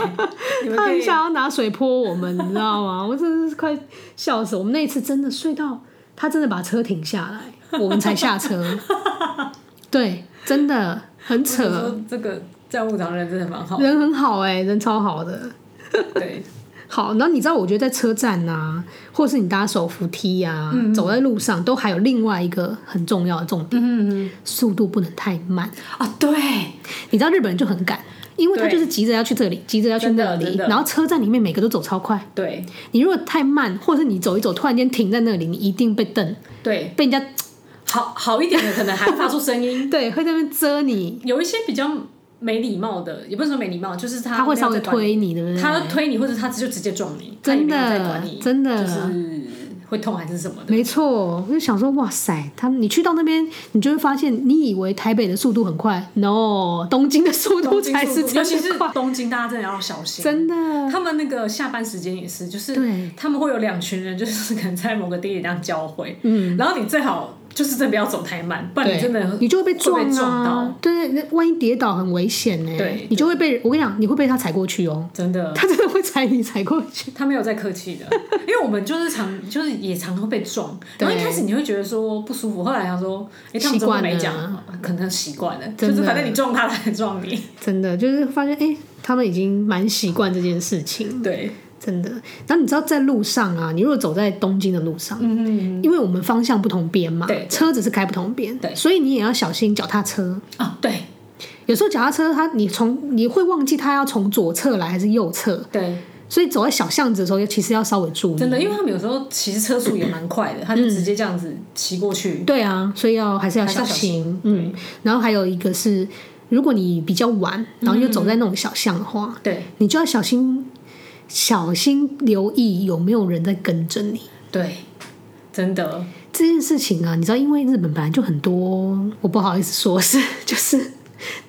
[SPEAKER 2] 你们
[SPEAKER 1] 他
[SPEAKER 2] 可
[SPEAKER 1] 很
[SPEAKER 2] 以
[SPEAKER 1] 想要拿水泼我们，你知道吗？我真的是快笑死！我们那一次真的睡到他真的把车停下来，我们才下车。对，真的很
[SPEAKER 2] 我
[SPEAKER 1] 扯，
[SPEAKER 2] 说这个站务长人真的蛮好，
[SPEAKER 1] 人很好哎、人超好的。
[SPEAKER 2] 对，
[SPEAKER 1] 好，然后你知道，我觉得在车站啊，或是你搭手扶梯啊，走在路上，都还有另外一个很重要的重点，
[SPEAKER 2] 嗯嗯
[SPEAKER 1] 速度不能太慢。
[SPEAKER 2] 啊，对，
[SPEAKER 1] 你知道日本人就很赶，因为他
[SPEAKER 2] 对
[SPEAKER 1] 就是急着要去这里，急着要去
[SPEAKER 2] 真的
[SPEAKER 1] 那里
[SPEAKER 2] 真，的
[SPEAKER 1] 然后车站里面每个都走超快。
[SPEAKER 2] 对，
[SPEAKER 1] 你如果太慢，或者是你走一走，突然间停在那里，你一定被瞪，
[SPEAKER 2] 对，
[SPEAKER 1] 被人家
[SPEAKER 2] 好好一点的可能还发出声音，
[SPEAKER 1] 对会在那边遮你，
[SPEAKER 2] 有一些比较没礼貌的，也不是说没礼貌，就是他
[SPEAKER 1] 他会稍微
[SPEAKER 2] 没有在管你，
[SPEAKER 1] 推你，对不对？
[SPEAKER 2] 他推你，或者他就直接撞你，他也
[SPEAKER 1] 真
[SPEAKER 2] 没有在管
[SPEAKER 1] 的
[SPEAKER 2] 你，
[SPEAKER 1] 真的。
[SPEAKER 2] 就是会痛还是什么的，
[SPEAKER 1] 没错，我就想说，哇塞，他们你去到那边，你就会发现，你以为台北的速度很快，no，东京的速度
[SPEAKER 2] 东京
[SPEAKER 1] 才
[SPEAKER 2] 速
[SPEAKER 1] 是
[SPEAKER 2] 度尤其
[SPEAKER 1] 真
[SPEAKER 2] 是
[SPEAKER 1] 的快，
[SPEAKER 2] 东京，大家真的要小心，
[SPEAKER 1] 真的。
[SPEAKER 2] 他们那个下班时间也是，就是
[SPEAKER 1] 对，
[SPEAKER 2] 他们会有两群人，就是可能在某个地点这样交汇，
[SPEAKER 1] 嗯，
[SPEAKER 2] 然后你最好就是真的不要走太慢，不然你
[SPEAKER 1] 对
[SPEAKER 2] 真的
[SPEAKER 1] 你就会被撞
[SPEAKER 2] 会
[SPEAKER 1] 啊！
[SPEAKER 2] 被撞到
[SPEAKER 1] 对，那万一跌倒很危险呢、
[SPEAKER 2] 对嗯
[SPEAKER 1] 你就会被我跟你讲，你会被他踩过去哦。
[SPEAKER 2] 真的。
[SPEAKER 1] 他真的会踩你踩过去，
[SPEAKER 2] 他没有在客气 的，因为我们就是常就是也常会被撞，然后一
[SPEAKER 1] 对
[SPEAKER 2] 开始你会觉得说不舒服，后来想说，哎、他们
[SPEAKER 1] 习
[SPEAKER 2] 怎么
[SPEAKER 1] 惯
[SPEAKER 2] 没讲
[SPEAKER 1] 了？
[SPEAKER 2] 可能习惯了，就
[SPEAKER 1] 真的
[SPEAKER 2] 是反正你撞他，他也撞你。
[SPEAKER 1] 真的就是发现哎、诶他们已经蛮习惯这件事情，
[SPEAKER 2] 对，
[SPEAKER 1] 真的。然后你知道在路上啊，你如果走在东京的路上，
[SPEAKER 2] 嗯，
[SPEAKER 1] 因为我们方向不同边嘛，
[SPEAKER 2] 对对
[SPEAKER 1] 车子是开不同边，
[SPEAKER 2] 对
[SPEAKER 1] 所以你也要小心脚踏车。
[SPEAKER 2] 啊，对
[SPEAKER 1] 有时候脚踏车它你从你会忘记它要从左侧来还是右侧，
[SPEAKER 2] 对，
[SPEAKER 1] 所以走在小巷子的时候，其实要稍微注意。
[SPEAKER 2] 真的，因为他们有时候其实车速也蛮快的，他就
[SPEAKER 1] 嗯
[SPEAKER 2] 直接这样子骑过去，
[SPEAKER 1] 对啊，所以要还是要
[SPEAKER 2] 还是
[SPEAKER 1] 小
[SPEAKER 2] 要
[SPEAKER 1] 心。嗯，然后还有一个是，如果你比较晚，然后又走在那种小巷的话，
[SPEAKER 2] 对
[SPEAKER 1] 你就要小心，小心留意有没有人在跟着你。
[SPEAKER 2] 对，真的，
[SPEAKER 1] 这件事情啊，你知道，因为日本本来就很多，我不好意思说是， 就是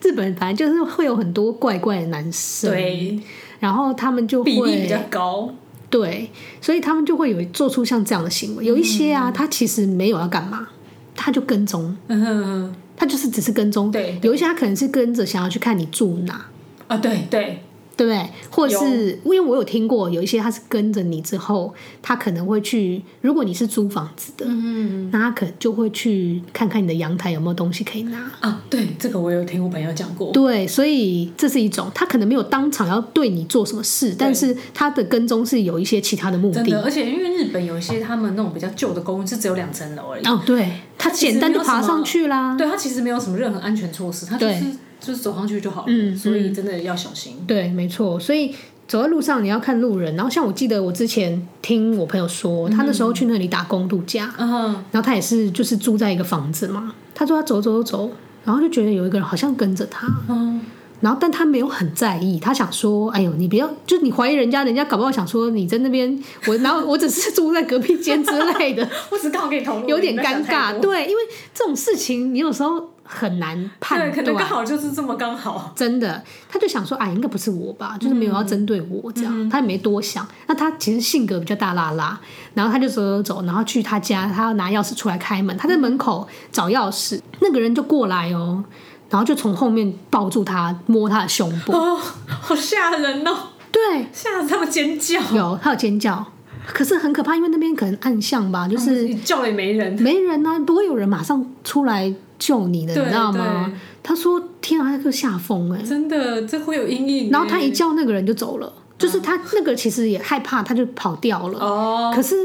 [SPEAKER 1] 日本本来就是会有很多怪怪的男生，
[SPEAKER 2] 对，
[SPEAKER 1] 然后他们就会
[SPEAKER 2] 比例比较高，
[SPEAKER 1] 对，所以他们就会有做出像这样的行为。有一些啊，他其实没有要干嘛，他就跟踪。
[SPEAKER 2] 嗯哼哼
[SPEAKER 1] 他就是只是跟踪。
[SPEAKER 2] 对
[SPEAKER 1] 有一些他可能是跟着想要去看你住哪，
[SPEAKER 2] 啊，对对，
[SPEAKER 1] 对不对？或者是因为我有听过有一些他是跟着你之后，他可能会去，如果你是租房子的，嗯，那他可能就会去看看你的阳台有没有东西可以拿。
[SPEAKER 2] 啊，对，这个我有听我朋友讲过。
[SPEAKER 1] 对，所以这是一种，他可能没有当场要对你做什么事，但是他的跟踪是有一些其他的目
[SPEAKER 2] 真
[SPEAKER 1] 的。
[SPEAKER 2] 的，而且因为日本有一些他们那种比较旧的公寓是只有两层楼而已，
[SPEAKER 1] 哦，对，他
[SPEAKER 2] 其实
[SPEAKER 1] 简单就
[SPEAKER 2] 没有什
[SPEAKER 1] 爬
[SPEAKER 2] 么
[SPEAKER 1] 上去啦。
[SPEAKER 2] 对，它其实没有什么任何安全措施，它就
[SPEAKER 1] 对
[SPEAKER 2] 是就是走上去就好了，
[SPEAKER 1] 嗯
[SPEAKER 2] 所以真的要小心。
[SPEAKER 1] 对，没错。所以走在路上你要看路人，然后像我记得我之前听我朋友说，他那时候去那里打工度假，
[SPEAKER 2] 嗯，
[SPEAKER 1] 然后他也是就是住在一个房子嘛，他说他走走走，然后就觉得有一个人好像跟着他，
[SPEAKER 2] 嗯，
[SPEAKER 1] 然后但他没有很在意，他想说，哎呦，你不要，就你怀疑人家，人家搞不好想说你在那边，我 然后我只是住在隔壁间之类的，
[SPEAKER 2] 我只是刚好给你投入，
[SPEAKER 1] 有点
[SPEAKER 2] 你不要
[SPEAKER 1] 尴
[SPEAKER 2] 想太
[SPEAKER 1] 尬，
[SPEAKER 2] 多
[SPEAKER 1] 对，因为这种事情你有时候很难判
[SPEAKER 2] 对，
[SPEAKER 1] 断，
[SPEAKER 2] 可能刚好就是这么刚好。
[SPEAKER 1] 真的，他就想说，哎，应该不是我
[SPEAKER 2] 嗯
[SPEAKER 1] 吧，就是没有要针对我这样，他也没多想。那他其实性格比较大啦啦，然后他就走走走，然后去他家，他要拿钥匙出来开门，他在门口找钥匙，那个人就过来哦，然后就从后面抱住他，摸他的胸部，
[SPEAKER 2] 哦，好吓人哦！
[SPEAKER 1] 对，
[SPEAKER 2] 吓得他们尖叫，
[SPEAKER 1] 有他有尖叫，可是很可怕，因为那边可能暗巷
[SPEAKER 2] 嗯
[SPEAKER 1] 吧，就是
[SPEAKER 2] 你叫了也没人，
[SPEAKER 1] 没人啊，不会有人马上出来救你的，你
[SPEAKER 2] 对
[SPEAKER 1] 知道吗
[SPEAKER 2] 对？
[SPEAKER 1] 他说，天啊，他就吓疯哎。
[SPEAKER 2] 真的这会有阴影耶。
[SPEAKER 1] 然后他一叫，那个人就走了，就是他那个其实也害怕，他就跑掉了。
[SPEAKER 2] 哦，
[SPEAKER 1] 可是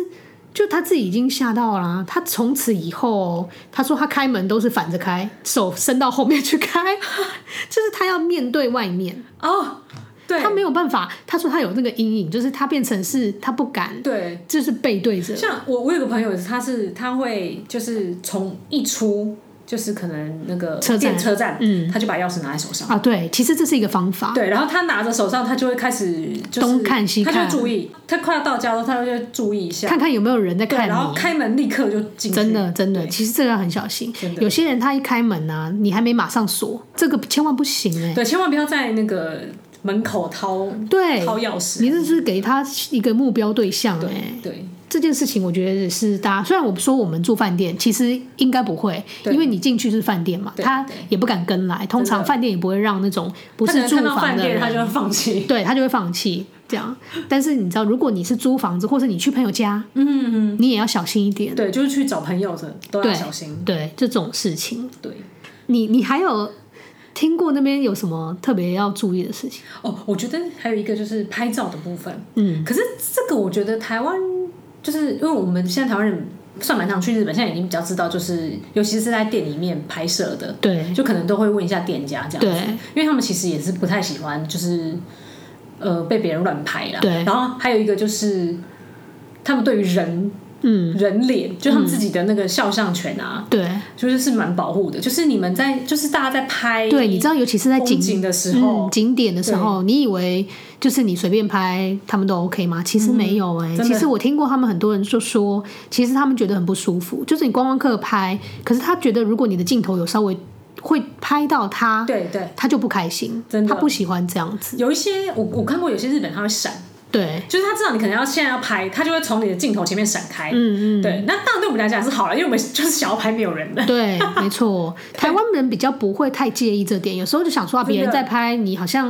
[SPEAKER 1] 就他自己已经吓到了啊、他从此以后哦、他说他开门都是反着开，手伸到后面去开， 就是他要面对外面，
[SPEAKER 2] 哦，对
[SPEAKER 1] 他，没有办法。他说他有那个阴影，就是他变成是他不敢，
[SPEAKER 2] 对，
[SPEAKER 1] 就是背对着。
[SPEAKER 2] 像我我有个朋友，他是他会就是从一出就是可能那个
[SPEAKER 1] 车站
[SPEAKER 2] 电车站，
[SPEAKER 1] 嗯，
[SPEAKER 2] 他就把钥匙拿在手上。
[SPEAKER 1] 啊，对，其实这是一个方法，
[SPEAKER 2] 对，然后他拿着手上，他就会开始就是
[SPEAKER 1] 东看西看
[SPEAKER 2] 他就会注意，他快要到家了，他就会注意一下，
[SPEAKER 1] 看看有没有人在
[SPEAKER 2] 对，
[SPEAKER 1] 看
[SPEAKER 2] 然后
[SPEAKER 1] 你。
[SPEAKER 2] 开门立刻就进去，
[SPEAKER 1] 真的，真的，
[SPEAKER 2] 对
[SPEAKER 1] 其实这个要很小心
[SPEAKER 2] 真。的
[SPEAKER 1] 有些人他一开门啊，你还没马上锁，这个千万不行哎、
[SPEAKER 2] 对，千万不要在那个门口掏
[SPEAKER 1] 对，
[SPEAKER 2] 掏钥匙，
[SPEAKER 1] 你这是给他一个目标对象哎、
[SPEAKER 2] 对
[SPEAKER 1] 这件事情我觉得也是大家，虽然我们说我们住饭店，其实应该不会，
[SPEAKER 2] 对
[SPEAKER 1] 因为你进去是饭店嘛，
[SPEAKER 2] 对
[SPEAKER 1] 他
[SPEAKER 2] 对
[SPEAKER 1] 也不敢跟来，通常饭店也不会让那种不
[SPEAKER 2] 他可
[SPEAKER 1] 是
[SPEAKER 2] 能
[SPEAKER 1] 住
[SPEAKER 2] 看到
[SPEAKER 1] 房
[SPEAKER 2] 饭
[SPEAKER 1] 的
[SPEAKER 2] 店，他
[SPEAKER 1] 人，
[SPEAKER 2] 就会 放弃，
[SPEAKER 1] 对他就会放弃这样。但是你知道，如果你是租房子，或是你去朋友家，嗯，你也要小心一点，
[SPEAKER 2] 对，就是去找朋友的都要
[SPEAKER 1] 对
[SPEAKER 2] 小心，
[SPEAKER 1] 对这种事情，
[SPEAKER 2] 对。
[SPEAKER 1] 你你还有听过那边有什么特别要注意的事情？
[SPEAKER 2] 哦，我觉得还有一个就是拍照的部分，
[SPEAKER 1] 嗯，
[SPEAKER 2] 可是这个我觉得台湾就是因为我们现在台湾人算蛮常去日本，现在已经比较知道，就是尤其是在店里面拍摄的，
[SPEAKER 1] 对
[SPEAKER 2] 就可能都会问一下店家这样子，
[SPEAKER 1] 对
[SPEAKER 2] 因为他们其实也是不太喜欢就是呃被别人乱拍啦。
[SPEAKER 1] 对
[SPEAKER 2] 然后还有一个就是他们对于人
[SPEAKER 1] 嗯，
[SPEAKER 2] 人脸，就他们自己的那个肖像权啊，
[SPEAKER 1] 对
[SPEAKER 2] 就是是蛮保护的，就是你们在就是大家在拍
[SPEAKER 1] 对，你知道，尤其是在
[SPEAKER 2] 风
[SPEAKER 1] 景
[SPEAKER 2] 景的时候
[SPEAKER 1] 嗯，，景点的时候，你以为就是你随便拍，他们都 OK 吗？其实没有哎、
[SPEAKER 2] 嗯真的
[SPEAKER 1] 其实我听过他们很多人就说，其实他们觉得很不舒服，就是你观光客拍，可是他觉得如果你的镜头有稍微会拍到他，
[SPEAKER 2] 对对，
[SPEAKER 1] 他就不开心
[SPEAKER 2] 真，的
[SPEAKER 1] 他不喜欢这样子。
[SPEAKER 2] 有一些我我看过有些日本他会闪，
[SPEAKER 1] 对，
[SPEAKER 2] 就是他知道你可能要现在要拍，他就会从你的镜头前面闪开。
[SPEAKER 1] 嗯嗯，
[SPEAKER 2] 对，那当然对我们来讲是好了，因为我们 就是想要拍没有人的。
[SPEAKER 1] 对，没 错，台湾人比较不会太介意这点，有时候就想说啊，
[SPEAKER 2] 真的
[SPEAKER 1] 别人在拍，你好像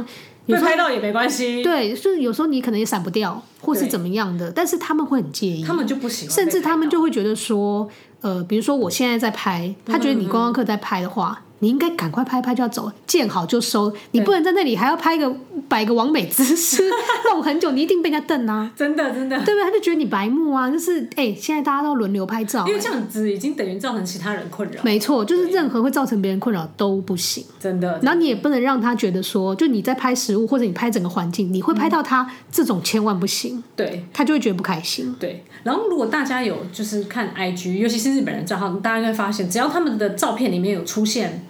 [SPEAKER 1] 有
[SPEAKER 2] 被
[SPEAKER 1] 时候
[SPEAKER 2] 拍到也没关系，
[SPEAKER 1] 对，就是有时候你可能也闪不掉，或是
[SPEAKER 2] 对
[SPEAKER 1] 怎么样的，但是他们会很介意
[SPEAKER 2] 他。们就不喜欢被拍
[SPEAKER 1] 甚
[SPEAKER 2] 到，
[SPEAKER 1] 至他们就会觉得说，呃，比如说我现在在拍，
[SPEAKER 2] 嗯
[SPEAKER 1] 他觉得你观光客在拍的话，你应该赶快拍拍就要走，见好就收，你不能在那里还要拍个摆个完美姿势， 弄很久，你一定被人家瞪啊，
[SPEAKER 2] 真的真的，
[SPEAKER 1] 对不对？他就觉得你白目啊，就是哎、现在大家都轮流拍照、
[SPEAKER 2] 因为这样子已经等于造成其他人啊困扰，
[SPEAKER 1] 没错，就是任何会造成别人困扰都不行。
[SPEAKER 2] 真的。
[SPEAKER 1] 然后你也不能让他觉得说，就你在拍食物或者你拍整个环境，你会拍到他，这种千万不行，
[SPEAKER 2] 对
[SPEAKER 1] 他就会觉得不开心。
[SPEAKER 2] 对，然后如果大家有就是看 IG，尤其是日本人账号，大家应该发现，只要他们的照片里面有出现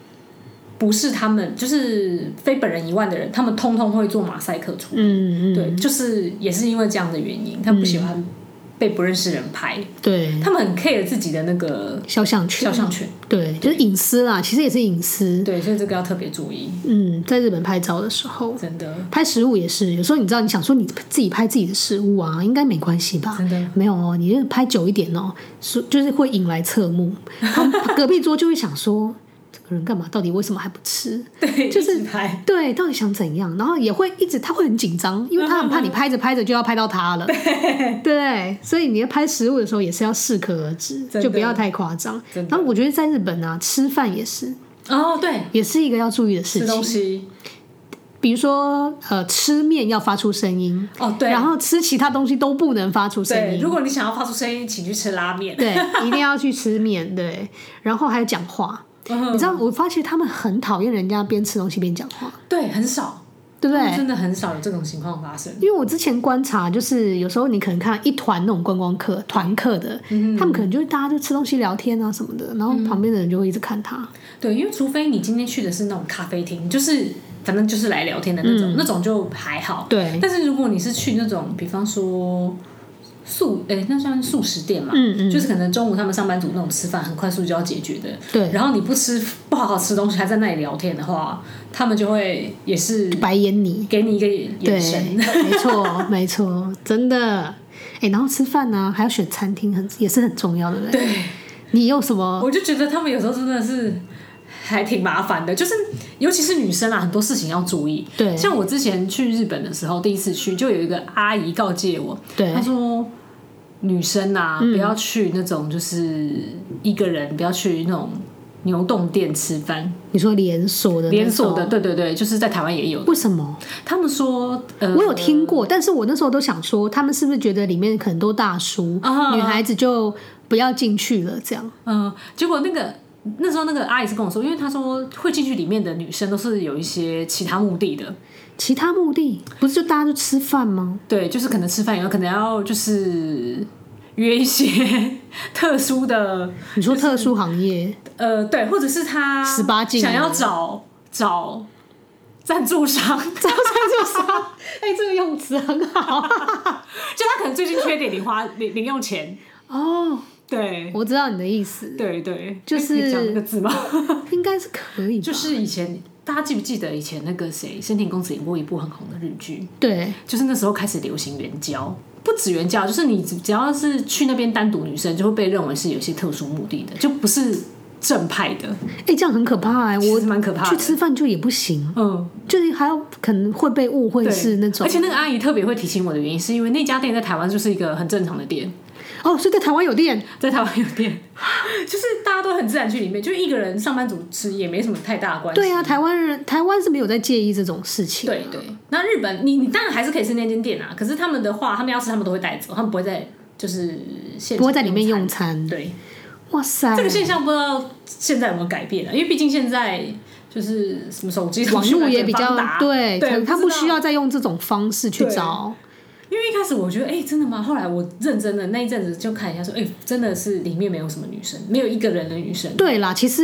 [SPEAKER 2] 不是他们就是非本人以外的人，他们通通会做马赛克处理。
[SPEAKER 1] 嗯嗯，
[SPEAKER 2] 对，就是也是因为这样的原因，他们不喜欢被不认识人拍，
[SPEAKER 1] 对，
[SPEAKER 2] 他们很 care 自己的那个
[SPEAKER 1] 肖像嗯权，嗯
[SPEAKER 2] 肖像权。
[SPEAKER 1] 对，就是隐私啦，其实也是隐私。
[SPEAKER 2] 对，所以这个要特别注意，
[SPEAKER 1] 嗯，在日本拍照的时候，
[SPEAKER 2] 真的，
[SPEAKER 1] 拍食物也是，有时候你知道，你想说你自己拍自己的食物啊，应该没关系吧？
[SPEAKER 2] 真的
[SPEAKER 1] 没有哦，你就拍久一点哦，是就是会引来侧目，然后隔壁桌就会想说。这个个人干嘛？到底为什么还不吃？
[SPEAKER 2] 对，
[SPEAKER 1] 就是
[SPEAKER 2] 一直拍，
[SPEAKER 1] 对，到底想怎样？然后也会一直，他会很紧张，因为他很怕你拍着拍着就要拍到他了。对，所以你在拍食物的时候也是要适可而止，
[SPEAKER 2] 真的
[SPEAKER 1] 就不要太夸张。
[SPEAKER 2] 真
[SPEAKER 1] 然
[SPEAKER 2] 的
[SPEAKER 1] 后我觉得在日本啊，吃饭也是，
[SPEAKER 2] 哦，对，
[SPEAKER 1] 也是一个要注意的事
[SPEAKER 2] 吃东
[SPEAKER 1] 情。
[SPEAKER 2] 西，
[SPEAKER 1] 比如说，呃，吃面要发出声音，
[SPEAKER 2] 哦，对，
[SPEAKER 1] 然后吃其他东西都不能发出声
[SPEAKER 2] 对，
[SPEAKER 1] 音
[SPEAKER 2] 如。果你想要发出声音，请去吃拉面。
[SPEAKER 1] 对， 一定要去吃面。对，然后还有讲话。
[SPEAKER 2] 嗯
[SPEAKER 1] 你知道，我发现他们很讨厌人家边吃东西边讲话，
[SPEAKER 2] 对，很少，
[SPEAKER 1] 对不
[SPEAKER 2] 他
[SPEAKER 1] 对
[SPEAKER 2] 们？真的很少有这种情况发生。
[SPEAKER 1] 因为我之前观察，就是有时候你可能看一团那种观光
[SPEAKER 2] 嗯
[SPEAKER 1] 客、团客的，他们可能就是大家就吃东西、聊天啊什么的，然
[SPEAKER 2] 嗯
[SPEAKER 1] 后旁边的人就会一直看他。
[SPEAKER 2] 对，因为除非你今天去的是那种咖啡厅，就是反正就是来聊天的那
[SPEAKER 1] 嗯
[SPEAKER 2] 种，那种就还好。
[SPEAKER 1] 对，
[SPEAKER 2] 但是如果你是去那种，比方说素，哎、那算素食店嘛，
[SPEAKER 1] 嗯嗯，
[SPEAKER 2] 就是可能中午他们上班族那种吃饭很快速就要解决的，
[SPEAKER 1] 对，
[SPEAKER 2] 然后你不吃不好好吃东西，还在那里聊天的话，他们就会也是
[SPEAKER 1] 白眼你。
[SPEAKER 2] 给你一个眼
[SPEAKER 1] 对，
[SPEAKER 2] 神。
[SPEAKER 1] 没 错，没错，真的。哎、然后吃饭呢、还要选餐厅很，也是很重要的，对不对？
[SPEAKER 2] 对，
[SPEAKER 1] 你有什么？
[SPEAKER 2] 我就觉得他们有时候真的是还挺麻烦的，就是尤其是女生啦，很多事情要注意。
[SPEAKER 1] 对
[SPEAKER 2] 像我之前去日本的时候，第一次去就有一个阿姨告诫我，
[SPEAKER 1] 对
[SPEAKER 2] 她说女生啊、
[SPEAKER 1] 嗯
[SPEAKER 2] 不要去那种就是一个人，不要去那种牛洞店吃饭，
[SPEAKER 1] 你说连锁的那种，
[SPEAKER 2] 连锁的，对对对，就是在台湾也有。
[SPEAKER 1] 为什么？
[SPEAKER 2] 他们说，呃，
[SPEAKER 1] 我有听过，但是我那时候都想说，他们是不是觉得里面可能都大叔，
[SPEAKER 2] 啊
[SPEAKER 1] 女孩子就不要进去了，这样？
[SPEAKER 2] 嗯，结果那个那时候那个阿姨是跟我说，因为她说会进去里面的女生都是有一些其他目的的，
[SPEAKER 1] 其他目的不是就大家就吃饭吗？
[SPEAKER 2] 对，就是可能吃饭以后可能要就是约一些特殊的，
[SPEAKER 1] 你说特殊行业，
[SPEAKER 2] 呃，对，或者是她
[SPEAKER 1] 18禁啊
[SPEAKER 2] 想要
[SPEAKER 1] 的
[SPEAKER 2] 找找赞助商，
[SPEAKER 1] 这样算就啥？ 哎、这个用词很好
[SPEAKER 2] 就她可能最近缺点零花零零用钱，
[SPEAKER 1] 哦，
[SPEAKER 2] 对
[SPEAKER 1] 我知道你的意思，
[SPEAKER 2] 对对，
[SPEAKER 1] 就
[SPEAKER 2] 诶可以
[SPEAKER 1] 是
[SPEAKER 2] 讲那个字吗？
[SPEAKER 1] 应该是可以吧，
[SPEAKER 2] 就是以前大家记不记得以前那个谁，深田恭子演过一部很红的日剧，
[SPEAKER 1] 对
[SPEAKER 2] 就是那时候开始流行援交，不止援交，就是你只只要是去那边单独女生，就会被认为是有一些特殊目的的，就不是正派的，
[SPEAKER 1] 哎、这样很可怕哎、
[SPEAKER 2] 其
[SPEAKER 1] 我
[SPEAKER 2] 实蛮可怕
[SPEAKER 1] 去
[SPEAKER 2] 的。
[SPEAKER 1] 吃饭就也不行，
[SPEAKER 2] 嗯，
[SPEAKER 1] 就是还有可能会被误会
[SPEAKER 2] 对，
[SPEAKER 1] 是那种
[SPEAKER 2] 而且那个阿姨特别会提醒我的原因，是因为那家店在台湾就是一个很正常的店，
[SPEAKER 1] 哦，所以在台湾有店，
[SPEAKER 2] 在台湾有店，就是大家都很自然去里面，就一个人上班族吃也没什么太大的关系。
[SPEAKER 1] 对啊，台湾人台湾是没有在介意这种事情，
[SPEAKER 2] 对对，那日本你你当然还是可以吃那间店啊，可是他们的话，他们要吃他们都会带走，他们不会在就是现
[SPEAKER 1] 不会在里面用
[SPEAKER 2] 餐
[SPEAKER 1] 餐，
[SPEAKER 2] 对。
[SPEAKER 1] 哇塞，
[SPEAKER 2] 这个现象不知道现在有没有改变啊？因为毕竟现在就是什么手机
[SPEAKER 1] 网络也比较对，
[SPEAKER 2] 对，
[SPEAKER 1] 可能他
[SPEAKER 2] 不
[SPEAKER 1] 不
[SPEAKER 2] 知道
[SPEAKER 1] 需。要再用这种方式去
[SPEAKER 2] 对
[SPEAKER 1] 找，
[SPEAKER 2] 因为一开始我觉得，哎、真的吗？后来我认真的那一阵子就看一下，说，哎、真的是里面没有什么女生，没有一个人的女生。
[SPEAKER 1] 对啦，其实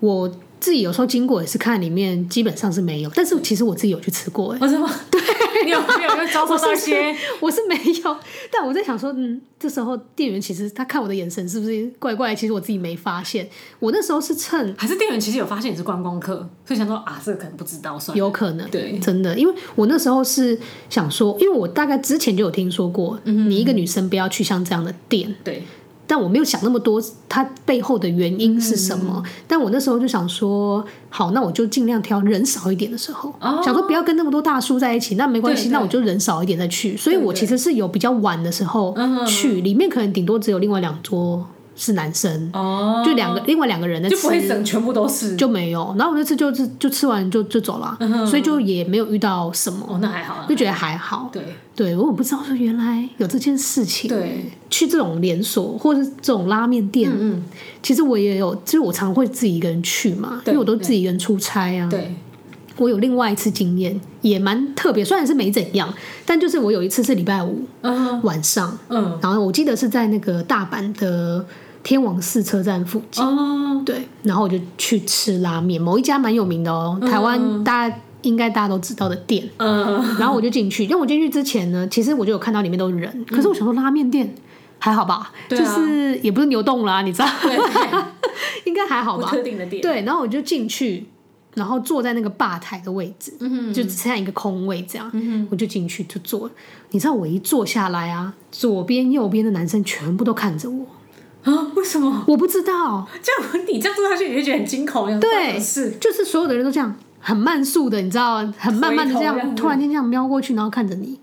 [SPEAKER 1] 我自己有时候经过也是看里面基本上是没有，但是其实我自己有去吃过、欸，
[SPEAKER 2] 我 什么？对，你有没有又 遭受到一些？
[SPEAKER 1] 我是没有，但我在想说，嗯，这时候店员其实他看我的眼神是不是怪怪的，其实我自己没发现，我那时候是趁
[SPEAKER 2] 还是店员其实有发现你是观光客，所以想说啊，这个可能不知道，算了。
[SPEAKER 1] 有可能。
[SPEAKER 2] 对，
[SPEAKER 1] 真的，因为我那时候是想说，因为我大概之前就有听说过，
[SPEAKER 2] 嗯
[SPEAKER 1] 你一个女生不要去像这样的店，
[SPEAKER 2] 对，
[SPEAKER 1] 但我没有想那么多，它背后的原因是什么。
[SPEAKER 2] 嗯
[SPEAKER 1] 但我那时候就想说，好，那我就尽量挑人少一点的时候，
[SPEAKER 2] 哦
[SPEAKER 1] 想说不要跟那么多大叔在一起，那没关
[SPEAKER 2] 对
[SPEAKER 1] 系，
[SPEAKER 2] 对
[SPEAKER 1] 那我就人少一点再去。所以我其实是有比较晚的时候
[SPEAKER 2] 嗯嗯
[SPEAKER 1] 去，里面可能顶多只有另外两桌是男生，
[SPEAKER 2] 哦，
[SPEAKER 1] 就两个另外两个人在
[SPEAKER 2] 就不会
[SPEAKER 1] 吃。
[SPEAKER 2] 整全部都是。
[SPEAKER 1] 就没有，然后我那次就是就吃完就就走
[SPEAKER 2] 嗯
[SPEAKER 1] 了，所以就也没有遇到什么，
[SPEAKER 2] 哦，那还好啊。
[SPEAKER 1] 就觉得还好。
[SPEAKER 2] 对
[SPEAKER 1] 对，我不知道说原来有这件事情。
[SPEAKER 2] 对，
[SPEAKER 1] 去这种连锁或者是这种拉面店，
[SPEAKER 2] 嗯
[SPEAKER 1] 其实我也有，就是我常会自己一个人去嘛，因
[SPEAKER 2] 对
[SPEAKER 1] 为我都自己一个人出差啊
[SPEAKER 2] 嗯，。对，
[SPEAKER 1] 我有另外一次经验，也蛮特别，虽然是没怎样，但就是我有一次是礼拜五
[SPEAKER 2] 嗯
[SPEAKER 1] 晚上，
[SPEAKER 2] 嗯，
[SPEAKER 1] 然后我记得是在那个大阪的天王寺车站附近，
[SPEAKER 2] 哦，
[SPEAKER 1] 对，然后我就去吃拉面，某一家蛮有名的哦，台湾大家应该大家都知道的店。
[SPEAKER 2] 嗯。
[SPEAKER 1] 然后我就进去，因为我进去之前呢，其实我就有看到里面都是人，可是我想说拉面店还好吧，
[SPEAKER 2] 对啊
[SPEAKER 1] 就是也不是牛洞啦，你知道，
[SPEAKER 2] 对对，
[SPEAKER 1] 应该还好
[SPEAKER 2] 不
[SPEAKER 1] 吧。
[SPEAKER 2] 特定的店。
[SPEAKER 1] 对，然后我就进去，然后坐在那个吧台的位置，
[SPEAKER 2] 嗯
[SPEAKER 1] 就只剩下一个空位这样，我就进去就坐了。你知道我一坐下来啊，左边右边的男生全部都看着我，
[SPEAKER 2] 啊？为什么？
[SPEAKER 1] 我不知道，
[SPEAKER 2] 这样你这样做下去，你就觉得很惊恐，想说
[SPEAKER 1] 对
[SPEAKER 2] 到底是
[SPEAKER 1] 就是所有的人都这样很慢速的，你知道，很慢慢的这
[SPEAKER 2] 回头这样
[SPEAKER 1] 样，
[SPEAKER 2] 子
[SPEAKER 1] 突然间这样瞄过去，然后看着你，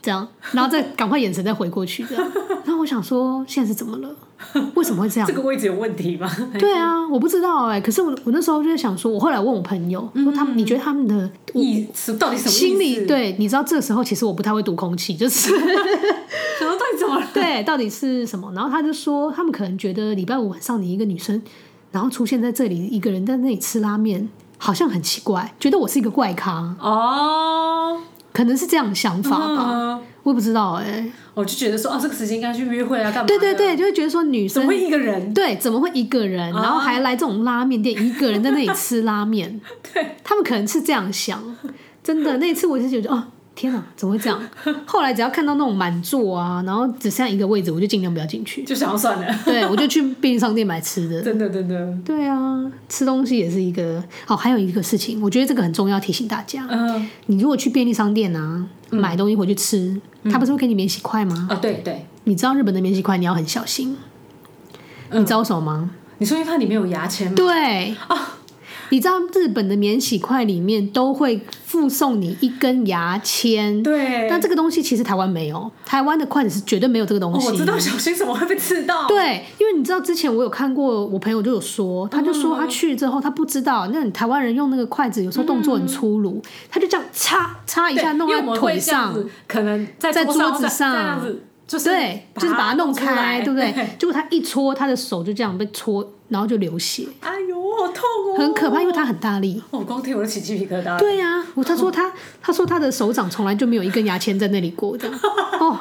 [SPEAKER 1] 这样，然后再赶快眼神再回过去，这样。 然后我想说，现在是怎么了？为什么会这样
[SPEAKER 2] 这？个位置有问题吧？
[SPEAKER 1] 对啊，我不知道哎、可是我我那时候就在想说，我后来问我朋友，说他们你觉得他们的
[SPEAKER 2] 意思嗯到底什么意思？
[SPEAKER 1] 心理，对，你知道这时候其实我不太会读空气，就是
[SPEAKER 2] 想说到底怎么了？
[SPEAKER 1] 对，到底是什么？然后他就说，他们可能觉得礼拜五晚上你一个女生，然后出现在这里一个人在那里吃拉面，好像很奇怪，觉得我是一个怪咖，
[SPEAKER 2] 哦，
[SPEAKER 1] 可能是这样的想法吧，
[SPEAKER 2] 嗯，
[SPEAKER 1] 我也不知道哎、
[SPEAKER 2] 我就觉得说，哦，这个时间应该去约会啊，干嘛？
[SPEAKER 1] 对对，对，就会觉得说女
[SPEAKER 2] 怎
[SPEAKER 1] 生
[SPEAKER 2] 么会一个人？
[SPEAKER 1] 对怎么会一个人，然后还来这种拉面店，一个人在那里吃拉面，
[SPEAKER 2] 对，
[SPEAKER 1] 他们可能是这样想，真的。那一次我就觉得，哦，天哪，怎么会这样？后来只要看到那种满座啊，然后只剩下一个位置，我就尽量不要进去。
[SPEAKER 2] 就想要算了，
[SPEAKER 1] 对，我就去便利商店买吃的。
[SPEAKER 2] 真的真的，
[SPEAKER 1] 对啊，吃东西也是一个哦。还有一个事情，我觉得这个很重要，提醒大家：
[SPEAKER 2] 嗯
[SPEAKER 1] 你如果去便利商店啊，买东西回去吃，
[SPEAKER 2] 嗯
[SPEAKER 1] 他不是会给你免洗筷吗？
[SPEAKER 2] 啊，对对，
[SPEAKER 1] 你知道日本的免洗筷你要很小心，你
[SPEAKER 2] 嗯
[SPEAKER 1] 知道什么吗？
[SPEAKER 2] 你说因为它里面有牙签吗？
[SPEAKER 1] 对
[SPEAKER 2] 嗯啊
[SPEAKER 1] 你知道日本的免洗筷里面都会附送你一根牙签，
[SPEAKER 2] 对，
[SPEAKER 1] 但这个东西其实台湾没有，台湾的筷子是绝对没有这个东
[SPEAKER 2] 哦
[SPEAKER 1] 西。
[SPEAKER 2] 我知道小心怎么会被刺到，
[SPEAKER 1] 对，因为你知道之前我有看过，我朋友就有说，他就说他去之后他不知道，那你台湾人用那个筷子有时候动作很粗鲁，他就这样插插一
[SPEAKER 2] 对，
[SPEAKER 1] 下弄
[SPEAKER 2] 因为
[SPEAKER 1] 在
[SPEAKER 2] 我们
[SPEAKER 1] 腿
[SPEAKER 2] 会这样
[SPEAKER 1] 上，
[SPEAKER 2] 子，可能在
[SPEAKER 1] 在
[SPEAKER 2] 桌上
[SPEAKER 1] 桌子
[SPEAKER 2] 或者
[SPEAKER 1] 上
[SPEAKER 2] 这样子，就是
[SPEAKER 1] 对，就是把它弄
[SPEAKER 2] 出
[SPEAKER 1] 开，
[SPEAKER 2] 来
[SPEAKER 1] 对不对？？结果他一戳，他的手就这样被戳，然后就流血，
[SPEAKER 2] 哎呦，好痛哦，
[SPEAKER 1] 很可怕，因为他很大力。
[SPEAKER 2] 我光听我都起鸡皮疙瘩了。
[SPEAKER 1] 对呀、我他说
[SPEAKER 2] 哦
[SPEAKER 1] 他他说他的手掌从来就没有一根牙签在那里过，这样哦，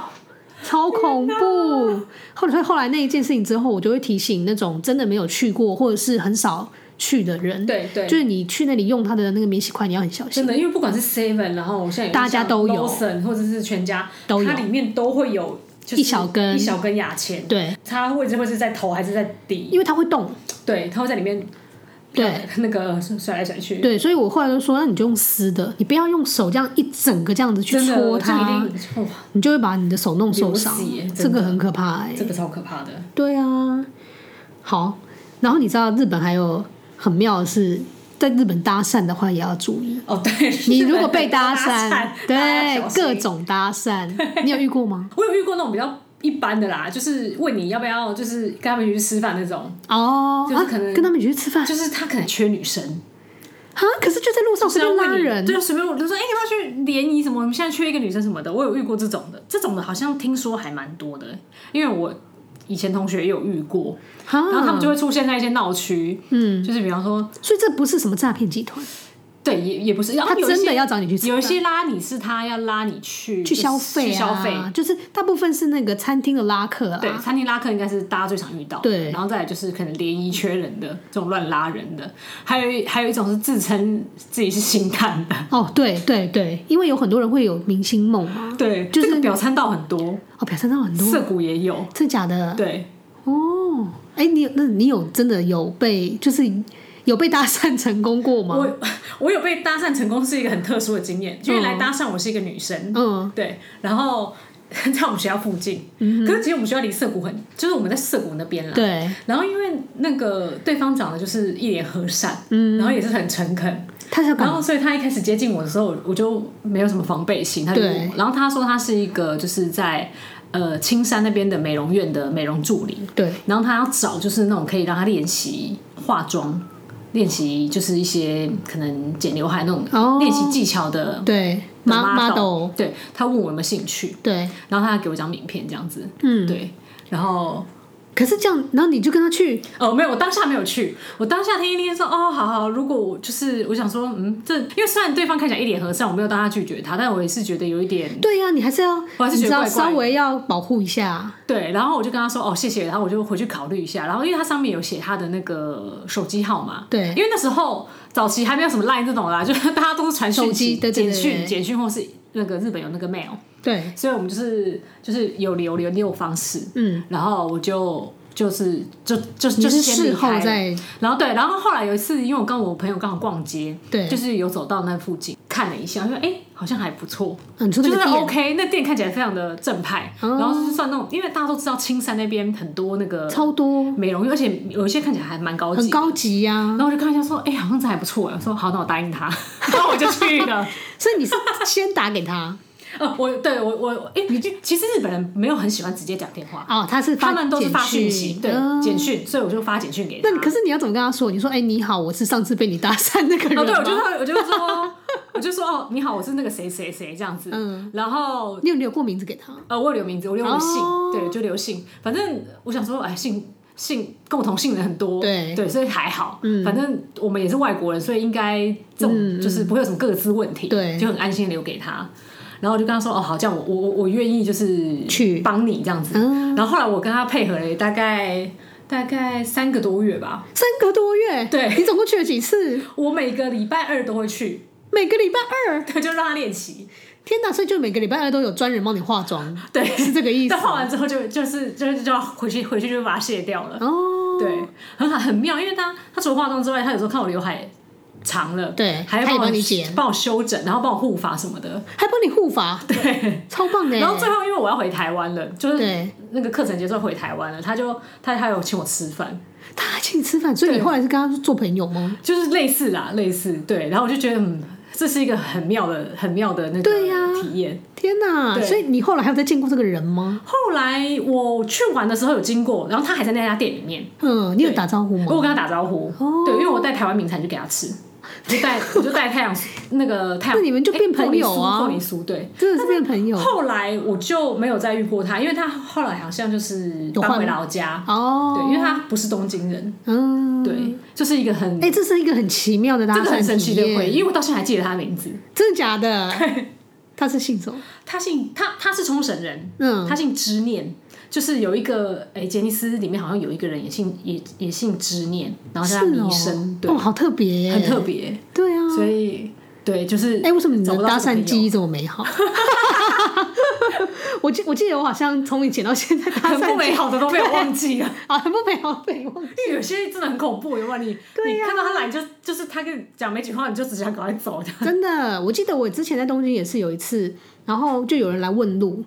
[SPEAKER 1] 超恐怖。后来后来那一件事情之后，我就会提醒那种真的没有去过或者是很少去的人，
[SPEAKER 2] 对对
[SPEAKER 1] 就是你去那里用他的那个免洗筷，你要很小心。
[SPEAKER 2] 真的，因为不管是 Seven，然后我现在有
[SPEAKER 1] 大家都有
[SPEAKER 2] l n 或者是全家
[SPEAKER 1] 都有
[SPEAKER 2] 它里面都会有就是
[SPEAKER 1] 一小根
[SPEAKER 2] 一小根牙签，
[SPEAKER 1] 对，
[SPEAKER 2] 它位置会是在头还是在底？
[SPEAKER 1] 因为它会动，
[SPEAKER 2] 对，它会在里面
[SPEAKER 1] 对。
[SPEAKER 2] 那个甩来甩去，
[SPEAKER 1] 对，所以我后来就说，那你就用撕的，你不要用手这样一整个这样子去
[SPEAKER 2] 真的
[SPEAKER 1] 戳
[SPEAKER 2] 这
[SPEAKER 1] 它
[SPEAKER 2] 一，定哇，
[SPEAKER 1] 你就会把你的手弄受
[SPEAKER 2] 流
[SPEAKER 1] 伤
[SPEAKER 2] 血，
[SPEAKER 1] 这
[SPEAKER 2] 真
[SPEAKER 1] 个
[SPEAKER 2] 的
[SPEAKER 1] 很可怕、欸。
[SPEAKER 2] 这个超可怕的。
[SPEAKER 1] 对啊，好。然后你知道日本还有很妙的是，在日本搭讪的话也要注意。
[SPEAKER 2] 哦，对，
[SPEAKER 1] 你
[SPEAKER 2] 日本
[SPEAKER 1] 如果被
[SPEAKER 2] 人
[SPEAKER 1] 搭
[SPEAKER 2] 讪
[SPEAKER 1] 讪，，
[SPEAKER 2] 大家
[SPEAKER 1] 对
[SPEAKER 2] 要小心
[SPEAKER 1] 各种搭讪，你有遇过 吗？
[SPEAKER 2] 我有遇过那种比较一般的啦，就是问你要不要，就是跟他们一起去吃饭那种，
[SPEAKER 1] 哦，
[SPEAKER 2] 就是
[SPEAKER 1] 啊
[SPEAKER 2] 可能
[SPEAKER 1] 跟他们一起去吃饭
[SPEAKER 2] 就是他可能缺女生，
[SPEAKER 1] 啊，可是就在路上随
[SPEAKER 2] 是要
[SPEAKER 1] 便拉
[SPEAKER 2] 问你，
[SPEAKER 1] 人，
[SPEAKER 2] 对，随便我就说，哎、你要不要去联谊什么？我们现在缺一个女生什么的，我有遇过这种的，这种的好像听说还蛮多的，因为我以前同学也有遇过，然后他
[SPEAKER 1] 啊，
[SPEAKER 2] 们就会出现在一些闹区，
[SPEAKER 1] 嗯，
[SPEAKER 2] 就是比方说，
[SPEAKER 1] 所以这不是什么诈骗集团，
[SPEAKER 2] 对，也也不是，然后
[SPEAKER 1] 他
[SPEAKER 2] 有一
[SPEAKER 1] 真的
[SPEAKER 2] 些
[SPEAKER 1] 要找你去吃
[SPEAKER 2] 有一
[SPEAKER 1] 饭。
[SPEAKER 2] 些拉你是他要拉你去
[SPEAKER 1] 去
[SPEAKER 2] 就是
[SPEAKER 1] 消费、啊，
[SPEAKER 2] 去消费，
[SPEAKER 1] 就是大部分是那个餐厅的拉客啊啦。
[SPEAKER 2] 对，餐厅拉客应该是大家最常遇到的。
[SPEAKER 1] 对
[SPEAKER 2] 然后再来就是可能联谊缺人的这种乱拉人的，还有一还有一种是自称自己是星探的，
[SPEAKER 1] 哦，对对对，因为有很多人会有明星梦嘛，
[SPEAKER 2] 对，
[SPEAKER 1] 就是
[SPEAKER 2] 这个表参道很多，
[SPEAKER 1] 哦，表参道很多，
[SPEAKER 2] 涩谷也有，
[SPEAKER 1] 真假的？
[SPEAKER 2] 对，
[SPEAKER 1] 哦，哎，你有那你有真的有被就是有被搭讪成功过吗？
[SPEAKER 2] 我我有被搭讪成功是一个很特殊的经验，
[SPEAKER 1] 哦
[SPEAKER 2] 因为来搭讪我是一个女生，
[SPEAKER 1] 嗯，
[SPEAKER 2] 对，然后 在我们学校附近，可是其实我们学校离涩谷很，就是我们在涩谷那边啦，
[SPEAKER 1] 对，
[SPEAKER 2] 然后因为那个对方长得就是一脸和善，然后也是很诚恳，
[SPEAKER 1] 他是嗯要干
[SPEAKER 2] 然
[SPEAKER 1] 嘛？
[SPEAKER 2] 后，所以他一开始接近我的时候，我就没有什么防备心。他就问
[SPEAKER 1] 对
[SPEAKER 2] 我，然后他说他是一个就是在呃青山那边的美容院的美容助理，
[SPEAKER 1] 对，
[SPEAKER 2] 然后他要找就是那种可以让他练习化妆、练习就是一些可能剪刘海那种、
[SPEAKER 1] 哦
[SPEAKER 2] 练习技巧的
[SPEAKER 1] 对
[SPEAKER 2] 的
[SPEAKER 1] ，mo- model，
[SPEAKER 2] 对他问我有没有兴趣，
[SPEAKER 1] 对，
[SPEAKER 2] 然后他还给我一张名片这样子，
[SPEAKER 1] 嗯，
[SPEAKER 2] 对，然后
[SPEAKER 1] 可是这样，然后你就跟他去，
[SPEAKER 2] 哦，没有，我当下没有去。我当下听一听说，哦，好好，如果我就是我想说，嗯，这因为虽然对方看起来一脸和善，我没有当下拒绝他，但我也是觉得有一点
[SPEAKER 1] 对呀、你还是要，
[SPEAKER 2] 我还是
[SPEAKER 1] 你
[SPEAKER 2] 觉
[SPEAKER 1] 知
[SPEAKER 2] 得
[SPEAKER 1] 道
[SPEAKER 2] 怪怪的
[SPEAKER 1] 稍微要保护一下，
[SPEAKER 2] 对。然后我就跟他说，哦，谢谢。然后我就回去考虑一下。然后因为他上面有写他的那个手机号码，
[SPEAKER 1] 对
[SPEAKER 2] 因为那时候早期还没有什么 Line 这种啦，就是大家都是传讯
[SPEAKER 1] 手机
[SPEAKER 2] 息
[SPEAKER 1] 对对对
[SPEAKER 2] 简
[SPEAKER 1] 对
[SPEAKER 2] 讯、简讯或是那个日本有那个 mail，
[SPEAKER 1] 对，
[SPEAKER 2] 所以我们就是就是有留联络方式。
[SPEAKER 1] 嗯，
[SPEAKER 2] 然后我就就是就就
[SPEAKER 1] 你
[SPEAKER 2] 就是先离
[SPEAKER 1] 事后
[SPEAKER 2] 开了
[SPEAKER 1] 再，
[SPEAKER 2] 然后对，然后后来有一次，因为我跟我朋友刚好逛街，
[SPEAKER 1] 对
[SPEAKER 2] 就是有走到那附近，看了一下，说哎、诶好像还不错，
[SPEAKER 1] 嗯，你说
[SPEAKER 2] 就
[SPEAKER 1] 那
[SPEAKER 2] 是
[SPEAKER 1] 个店
[SPEAKER 2] OK。那店看起来非常的正派，
[SPEAKER 1] 哦
[SPEAKER 2] 然后就是算那种，因为大家都知道青山那边很多那个
[SPEAKER 1] 超多，
[SPEAKER 2] 美容院，而且有一些看起来还蛮高级
[SPEAKER 1] 很
[SPEAKER 2] 的。
[SPEAKER 1] 高级呀、
[SPEAKER 2] 然后我就看一下说，哎、好像这还不错哎。我说好，那我答应他，然后我就去了。
[SPEAKER 1] 所以你是先打给他
[SPEAKER 2] 呃，我对我我哎、其实日本人没有很喜欢直接讲电话，
[SPEAKER 1] 哦，他是
[SPEAKER 2] 他们都是发
[SPEAKER 1] 简
[SPEAKER 2] 讯息，对，
[SPEAKER 1] 嗯
[SPEAKER 2] 简讯，所以我就发简讯给他。
[SPEAKER 1] 那你可是你要怎么跟他说？你说哎、你好，我是上次被你搭讪那个人吗。
[SPEAKER 2] 哦，对，我就说，我就说，我就说，哦，你好，我是那个谁谁谁这样子。
[SPEAKER 1] 嗯
[SPEAKER 2] 然后
[SPEAKER 1] 你有留过名字给他？
[SPEAKER 2] 呃，我有留名字，我留我姓，
[SPEAKER 1] 哦
[SPEAKER 2] 对，就留姓。反正我想说，哎，姓姓共同姓的很多，
[SPEAKER 1] 对
[SPEAKER 2] 对，所以还好。
[SPEAKER 1] 嗯
[SPEAKER 2] 反正我们也是外国人，所以应该
[SPEAKER 1] 嗯
[SPEAKER 2] 这种
[SPEAKER 1] 嗯
[SPEAKER 2] 就是不会有什么各自问题，
[SPEAKER 1] 对
[SPEAKER 2] 就很安心地留给他。然后我就跟他说，哦，好，这样我我我我愿意就是
[SPEAKER 1] 去
[SPEAKER 2] 帮你这样子。
[SPEAKER 1] 嗯
[SPEAKER 2] 然后后来我跟他配合了大概大概三个多月吧，
[SPEAKER 1] 三个多月，
[SPEAKER 2] 对
[SPEAKER 1] 你总共去了几次？
[SPEAKER 2] 我每个礼拜二都会去，
[SPEAKER 1] 每个礼拜二，
[SPEAKER 2] 对，就让他练习。
[SPEAKER 1] 天哪！所以就每个礼拜二都有专人帮你化妆，
[SPEAKER 2] 对，
[SPEAKER 1] 是这个意思
[SPEAKER 2] 但画完之后就就是就是就要回去回去就把它卸掉了。
[SPEAKER 1] 哦。
[SPEAKER 2] 对，很好很妙，因为他他除了化妆之外，他有时候看我刘海长了，
[SPEAKER 1] 对
[SPEAKER 2] 还
[SPEAKER 1] 他也
[SPEAKER 2] 帮我
[SPEAKER 1] 帮你剪
[SPEAKER 2] 帮我修整，然后帮我护发什么的。
[SPEAKER 1] 还帮你护发，
[SPEAKER 2] 对，
[SPEAKER 1] 超棒欸的耶。
[SPEAKER 2] 然后最后因为我要回台湾了，就是
[SPEAKER 1] 对，
[SPEAKER 2] 那个课程结束回台湾了，他就他他有请我吃饭，
[SPEAKER 1] 他还请你吃饭，所以你
[SPEAKER 2] 对
[SPEAKER 1] 后来是跟他做朋友吗？
[SPEAKER 2] 就是类似啦，类似对，然后我就觉得嗯，这是一个很妙的很妙的那个
[SPEAKER 1] 对呀
[SPEAKER 2] 体验。
[SPEAKER 1] 天哪！
[SPEAKER 2] 对
[SPEAKER 1] 所以你后来还有再见过这个人吗？
[SPEAKER 2] 后来我去玩的时候有经过，然后他还在那家店里面，
[SPEAKER 1] 嗯，你有
[SPEAKER 2] 对
[SPEAKER 1] 打招呼
[SPEAKER 2] 我有
[SPEAKER 1] 吗？
[SPEAKER 2] 跟他打招呼，
[SPEAKER 1] 哦
[SPEAKER 2] 对，因为我带台湾名产去给他吃，我就带我就带太阳那个太阳，
[SPEAKER 1] 那你们就
[SPEAKER 2] 诶
[SPEAKER 1] 变朋友啊
[SPEAKER 2] 凤梨酥凤梨酥对。
[SPEAKER 1] 真的是变朋友
[SPEAKER 2] 后来我就没有再遇过他，因为他后来好像就是
[SPEAKER 1] 有换
[SPEAKER 2] 搬回老家，
[SPEAKER 1] 哦。
[SPEAKER 2] 对，因为他不是东京人，
[SPEAKER 1] 嗯，
[SPEAKER 2] 对，就是一个很
[SPEAKER 1] 哎、这是一个很奇妙的搭
[SPEAKER 2] 这个很
[SPEAKER 1] 讪
[SPEAKER 2] 神
[SPEAKER 1] 体
[SPEAKER 2] 奇的回忆，
[SPEAKER 1] 验，
[SPEAKER 2] 因为我到现在还记得他的名字。
[SPEAKER 1] 真的假 的？他是信手，
[SPEAKER 2] 他姓他他是冲绳人，
[SPEAKER 1] 嗯，
[SPEAKER 2] 他姓知念，就是有一个哎杰尼斯里面好像有一个人也姓也也姓知念，然后叫他
[SPEAKER 1] 是
[SPEAKER 2] 弥
[SPEAKER 1] 哦
[SPEAKER 2] 生，对
[SPEAKER 1] 哦，，好特别耶，
[SPEAKER 2] 很特别，
[SPEAKER 1] 对啊。
[SPEAKER 2] 所以对，就是
[SPEAKER 1] 哎、为什么你
[SPEAKER 2] 找
[SPEAKER 1] 的
[SPEAKER 2] 不到
[SPEAKER 1] 搭
[SPEAKER 2] 这个朋
[SPEAKER 1] 讪
[SPEAKER 2] 友
[SPEAKER 1] 记忆这么美 好？我记我记得我好像从以前到现在搭
[SPEAKER 2] 很 不
[SPEAKER 1] 讪
[SPEAKER 2] 美好的都被我忘 记了？
[SPEAKER 1] 啊，很不美好被忘记。
[SPEAKER 2] 因为有些真的很恐怖，有没有？你、你看到他来，你就就是他跟你讲没几句话，你就只想赶快走的。
[SPEAKER 1] 真的，我记得我之前在东京也是有一次，然后就有人来问路，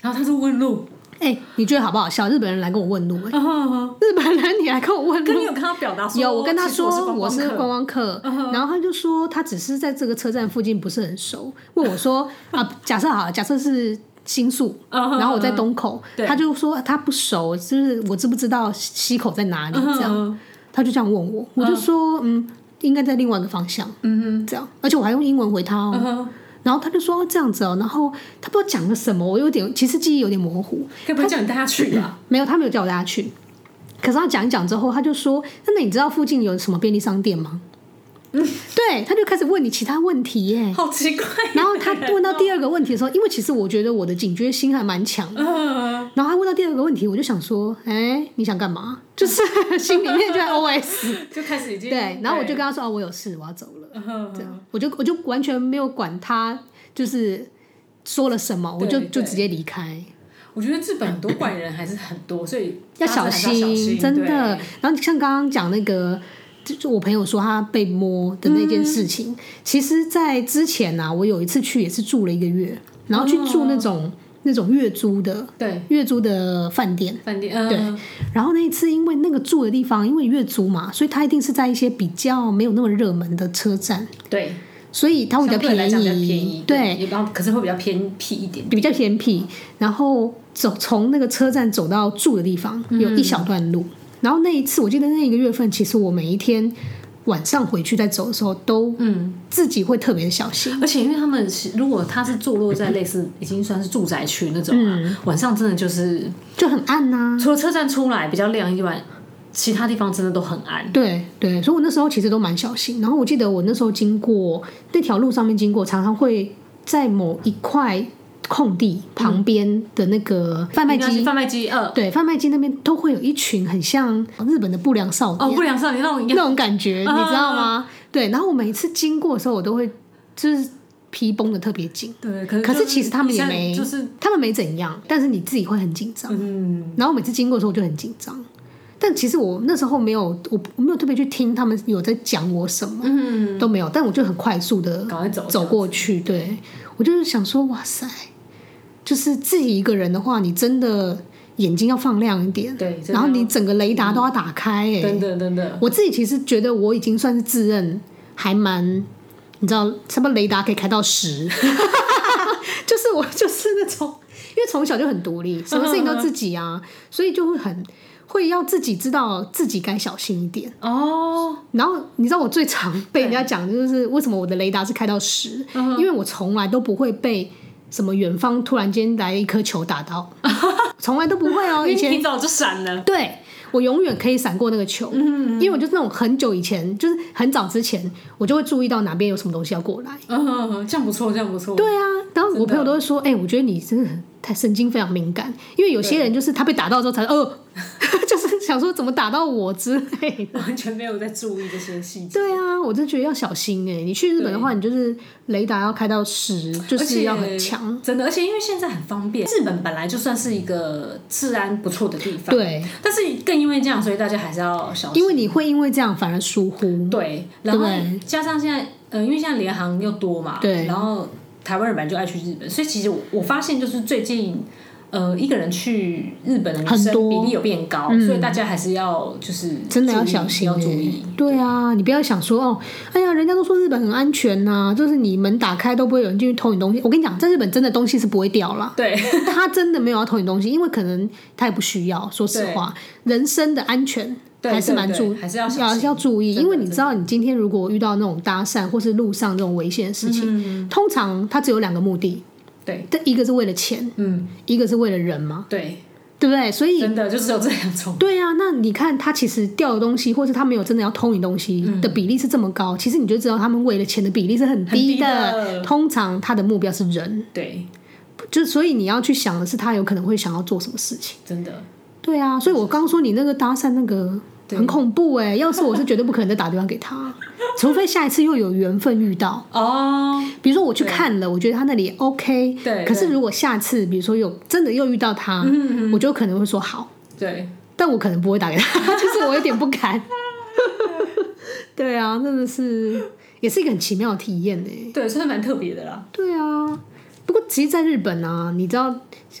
[SPEAKER 2] 然后他是问路，
[SPEAKER 1] 哎、你觉得好不好笑？日本人来跟我问路、哎
[SPEAKER 2] 然后
[SPEAKER 1] 日本人你来跟我问
[SPEAKER 2] 跟
[SPEAKER 1] 路
[SPEAKER 2] 你，有跟他表达说，
[SPEAKER 1] 嗯有我跟他
[SPEAKER 2] 哦其实
[SPEAKER 1] 说
[SPEAKER 2] 我是观
[SPEAKER 1] 我是
[SPEAKER 2] 光
[SPEAKER 1] 观
[SPEAKER 2] 客，嗯
[SPEAKER 1] 光客，然后他就说他只是在这个车站附近不是很熟，问我说啊， 假设好了，假设是新宿，
[SPEAKER 2] 嗯哼
[SPEAKER 1] 然后我在东口，
[SPEAKER 2] 对
[SPEAKER 1] 他就说他不熟，就是我知不知道西口在哪里这样，
[SPEAKER 2] 嗯
[SPEAKER 1] 他就这样问我，我就说嗯，应该在另外一个方向
[SPEAKER 2] 嗯
[SPEAKER 1] 这样，而且我还用英文回他哦，
[SPEAKER 2] 哼，嗯哼，
[SPEAKER 1] 然后他就说哦这样子哦，然后他不知道讲了什么，我有点其实记忆有点模糊，
[SPEAKER 2] 该不会叫你带他去啊吧？
[SPEAKER 1] 没有，他没有叫我带他去。可是他讲一讲之后，他就说：“那你知道附近有什么便利商店吗？”嗯，对，他就开始问你其他问题耶。
[SPEAKER 2] 好奇怪。
[SPEAKER 1] 然后他问到第二个问题的时候，因为其实我觉得我的警觉心还蛮强的。
[SPEAKER 2] 嗯，
[SPEAKER 1] 然后他问到第二个问题，我就想说：“哎，你想干嘛？”就是 心里 面就在 OS。
[SPEAKER 2] 就开始已经
[SPEAKER 1] 对，然后我就跟他说：“哦，我有事，我要走了。
[SPEAKER 2] 嗯哼”
[SPEAKER 1] 这样，我就我就完全没有管他，就是说了什么，我就
[SPEAKER 2] 对
[SPEAKER 1] 就
[SPEAKER 2] 对
[SPEAKER 1] 直接离开。
[SPEAKER 2] 我觉得日本很多怪人还是很多，所以
[SPEAKER 1] 要
[SPEAKER 2] 大家
[SPEAKER 1] 小
[SPEAKER 2] 还是要小
[SPEAKER 1] 心，
[SPEAKER 2] 心，
[SPEAKER 1] 真
[SPEAKER 2] 对
[SPEAKER 1] 的。然后像刚刚讲那个，就就我朋友说他被摸的那件事
[SPEAKER 2] 嗯
[SPEAKER 1] 情，其实，在之前呢、啊，我有一次去也是住了一个月，然后去住那种、
[SPEAKER 2] 哦
[SPEAKER 1] 那种月租的
[SPEAKER 2] 对
[SPEAKER 1] 月租的饭店。
[SPEAKER 2] 饭店，嗯，
[SPEAKER 1] 对，然后那一次因为那个住的地方，因为月租嘛，所以它一定是在一些比较没有那么热门的车站，
[SPEAKER 2] 对，
[SPEAKER 1] 所以它会比较
[SPEAKER 2] 相对来讲比较
[SPEAKER 1] 便
[SPEAKER 2] 便
[SPEAKER 1] 宜
[SPEAKER 2] 宜，
[SPEAKER 1] 对，
[SPEAKER 2] 也比较，可是会比较偏僻一点。
[SPEAKER 1] 比较偏僻，然后走从那个车站走到住的地方
[SPEAKER 2] 嗯
[SPEAKER 1] 有一小段路。然后那一次，我记得那一个月份，其实我每一天晚上回去再走的时候，都
[SPEAKER 2] 嗯，
[SPEAKER 1] 自己会特别小心。
[SPEAKER 2] 而且因为他们是如果他是坐落在类似已经算是住宅区那种啊、
[SPEAKER 1] 嗯
[SPEAKER 2] 晚上真的就是
[SPEAKER 1] 就很暗呐、
[SPEAKER 2] 除了车站出来比较亮以外，其他地方真的都很暗。
[SPEAKER 1] 对对，所以我那时候其实都蛮小心。然后我记得我那时候经过那条路上面经过，常常会在某一块空地
[SPEAKER 2] 嗯
[SPEAKER 1] 旁边的那个贩卖
[SPEAKER 2] 应该是
[SPEAKER 1] 机，
[SPEAKER 2] 贩卖机呃二
[SPEAKER 1] 对，贩卖机那边都会有一群很像日本的不良少年
[SPEAKER 2] 哦，不良少年 那种一样
[SPEAKER 1] 那种感觉，你
[SPEAKER 2] 啊
[SPEAKER 1] 知道吗？对，然后我每一次经过的时候，我都会就是皮绷的特别紧，
[SPEAKER 2] 对，可是
[SPEAKER 1] 可
[SPEAKER 2] 就是
[SPEAKER 1] 其实他们也
[SPEAKER 2] 像
[SPEAKER 1] 没
[SPEAKER 2] 就是
[SPEAKER 1] 他们没怎样，但是你自己会很紧张。
[SPEAKER 2] 嗯，
[SPEAKER 1] 然后每次经过的时候，我就很紧张，但但其实我那时候没有，我我没有特别去听他们有在讲我什么，
[SPEAKER 2] 嗯，
[SPEAKER 1] 都没有。但我就很快速的
[SPEAKER 2] 赶快走
[SPEAKER 1] 走过去，对我就是想说，哇塞，就是自己一个人的话，你真的眼睛要放亮一点，
[SPEAKER 2] 对，真的嗯
[SPEAKER 1] 然后你整个雷达都要打开、欸，
[SPEAKER 2] 等等等等，
[SPEAKER 1] 我自己其实觉得我已经算是自认还蛮，你知道，差不多雷达可以开到十， 就是我就是那种，因为从小就很独立，什么事情都自己啊，所以就会很会要自己知道自己该小心一点。
[SPEAKER 2] 哦，
[SPEAKER 1] 然后你知道我最常被人家讲的就是为什么我的雷达是开到十、因为我从来都不会被什么远方突然间来一颗球打到，从来都不会哦。以前
[SPEAKER 2] 因为你早就闪了，
[SPEAKER 1] 对我永远可以闪过那个球，因为我就是那种很久以前，就是很早之前，我就会注意到哪边有什么东西要过来。
[SPEAKER 2] 嗯，这样不错，这样不错，
[SPEAKER 1] 对啊，然后我朋友都会说：“哎、我觉得你真的很太神经非常敏感，因为有些人就是他被打到之后才哦， 就是想说怎么打到我之类的。”
[SPEAKER 2] 完全没有在注意这些细节。
[SPEAKER 1] 对啊，我真觉得要小心哎、你去日本的话，你就是雷达要开到十，就
[SPEAKER 2] 而
[SPEAKER 1] 是
[SPEAKER 2] 且
[SPEAKER 1] 要很强。，
[SPEAKER 2] 真的，而且因为现在很方便，日本本来就算是一个治安不错的地方，
[SPEAKER 1] 对，
[SPEAKER 2] 但是更因为这样，所以大家还是要小心。
[SPEAKER 1] 因为你会因为这样反而疏忽。
[SPEAKER 2] 对，然后
[SPEAKER 1] 对
[SPEAKER 2] 加上现在，呃，因为现在联航又多嘛，
[SPEAKER 1] 对
[SPEAKER 2] 然后台湾人本来就爱去日本，所以其实我我发现就是最近，呃，一个人去日本的女
[SPEAKER 1] 很多嗯
[SPEAKER 2] 生比例有变高，所以大家还是要就是
[SPEAKER 1] 真的要
[SPEAKER 2] 注意
[SPEAKER 1] 小心、欸
[SPEAKER 2] 要欸注意。。，
[SPEAKER 1] 对啊，你不要想说哦，哎呀，人家都说日本很安全呐、就是你门打开都不会有人进去偷你东西。我跟你讲，在日本真的东西是不会掉啦
[SPEAKER 2] 对，
[SPEAKER 1] 他真的没有要偷你东西，因为可能他也不需要。说实话，人身的安全
[SPEAKER 2] 对
[SPEAKER 1] 还是蛮
[SPEAKER 2] 对对
[SPEAKER 1] 注
[SPEAKER 2] 还是要小
[SPEAKER 1] 要
[SPEAKER 2] 心
[SPEAKER 1] 要注意，
[SPEAKER 2] 真的
[SPEAKER 1] 因为你知道，你今天如果遇到那种搭讪或是路上这种危险的事情，通常他只有两个目的，
[SPEAKER 2] 嗯对，
[SPEAKER 1] 但一个是为了钱，
[SPEAKER 2] 嗯，
[SPEAKER 1] 一个是为了人嘛，
[SPEAKER 2] 对，
[SPEAKER 1] 对不对？所以
[SPEAKER 2] 真的就只有这两种。
[SPEAKER 1] 对啊，那你看他其实掉的东西，或是他没有真的要偷你东西
[SPEAKER 2] 嗯
[SPEAKER 1] 的比例是这么高，其实你就知道他们为了钱的比例是很低
[SPEAKER 2] 很低的
[SPEAKER 1] 通常他的目标是人，
[SPEAKER 2] 对，
[SPEAKER 1] 就所以你要去想的是他有可能会想要做什么事情。
[SPEAKER 2] 真的，
[SPEAKER 1] 对啊，所以我刚说你那个搭讪那个很恐怖哎、要是我是绝对不可能再打电话给他，除非下一次又有缘分遇到。
[SPEAKER 2] 哦，
[SPEAKER 1] 比如说我去看了，我觉得他那里 OK，
[SPEAKER 2] 对嗯
[SPEAKER 1] 可是如果下次比如说有真的又遇到他，我就可能会说好。
[SPEAKER 2] 对，
[SPEAKER 1] 但我可能不会打给他， 就是我有点不敢。对啊，真的是也是一个很奇妙的体验呢、
[SPEAKER 2] 对，算是蛮特别的啦。
[SPEAKER 1] 对啊，不过其实，在日本啊，你知道，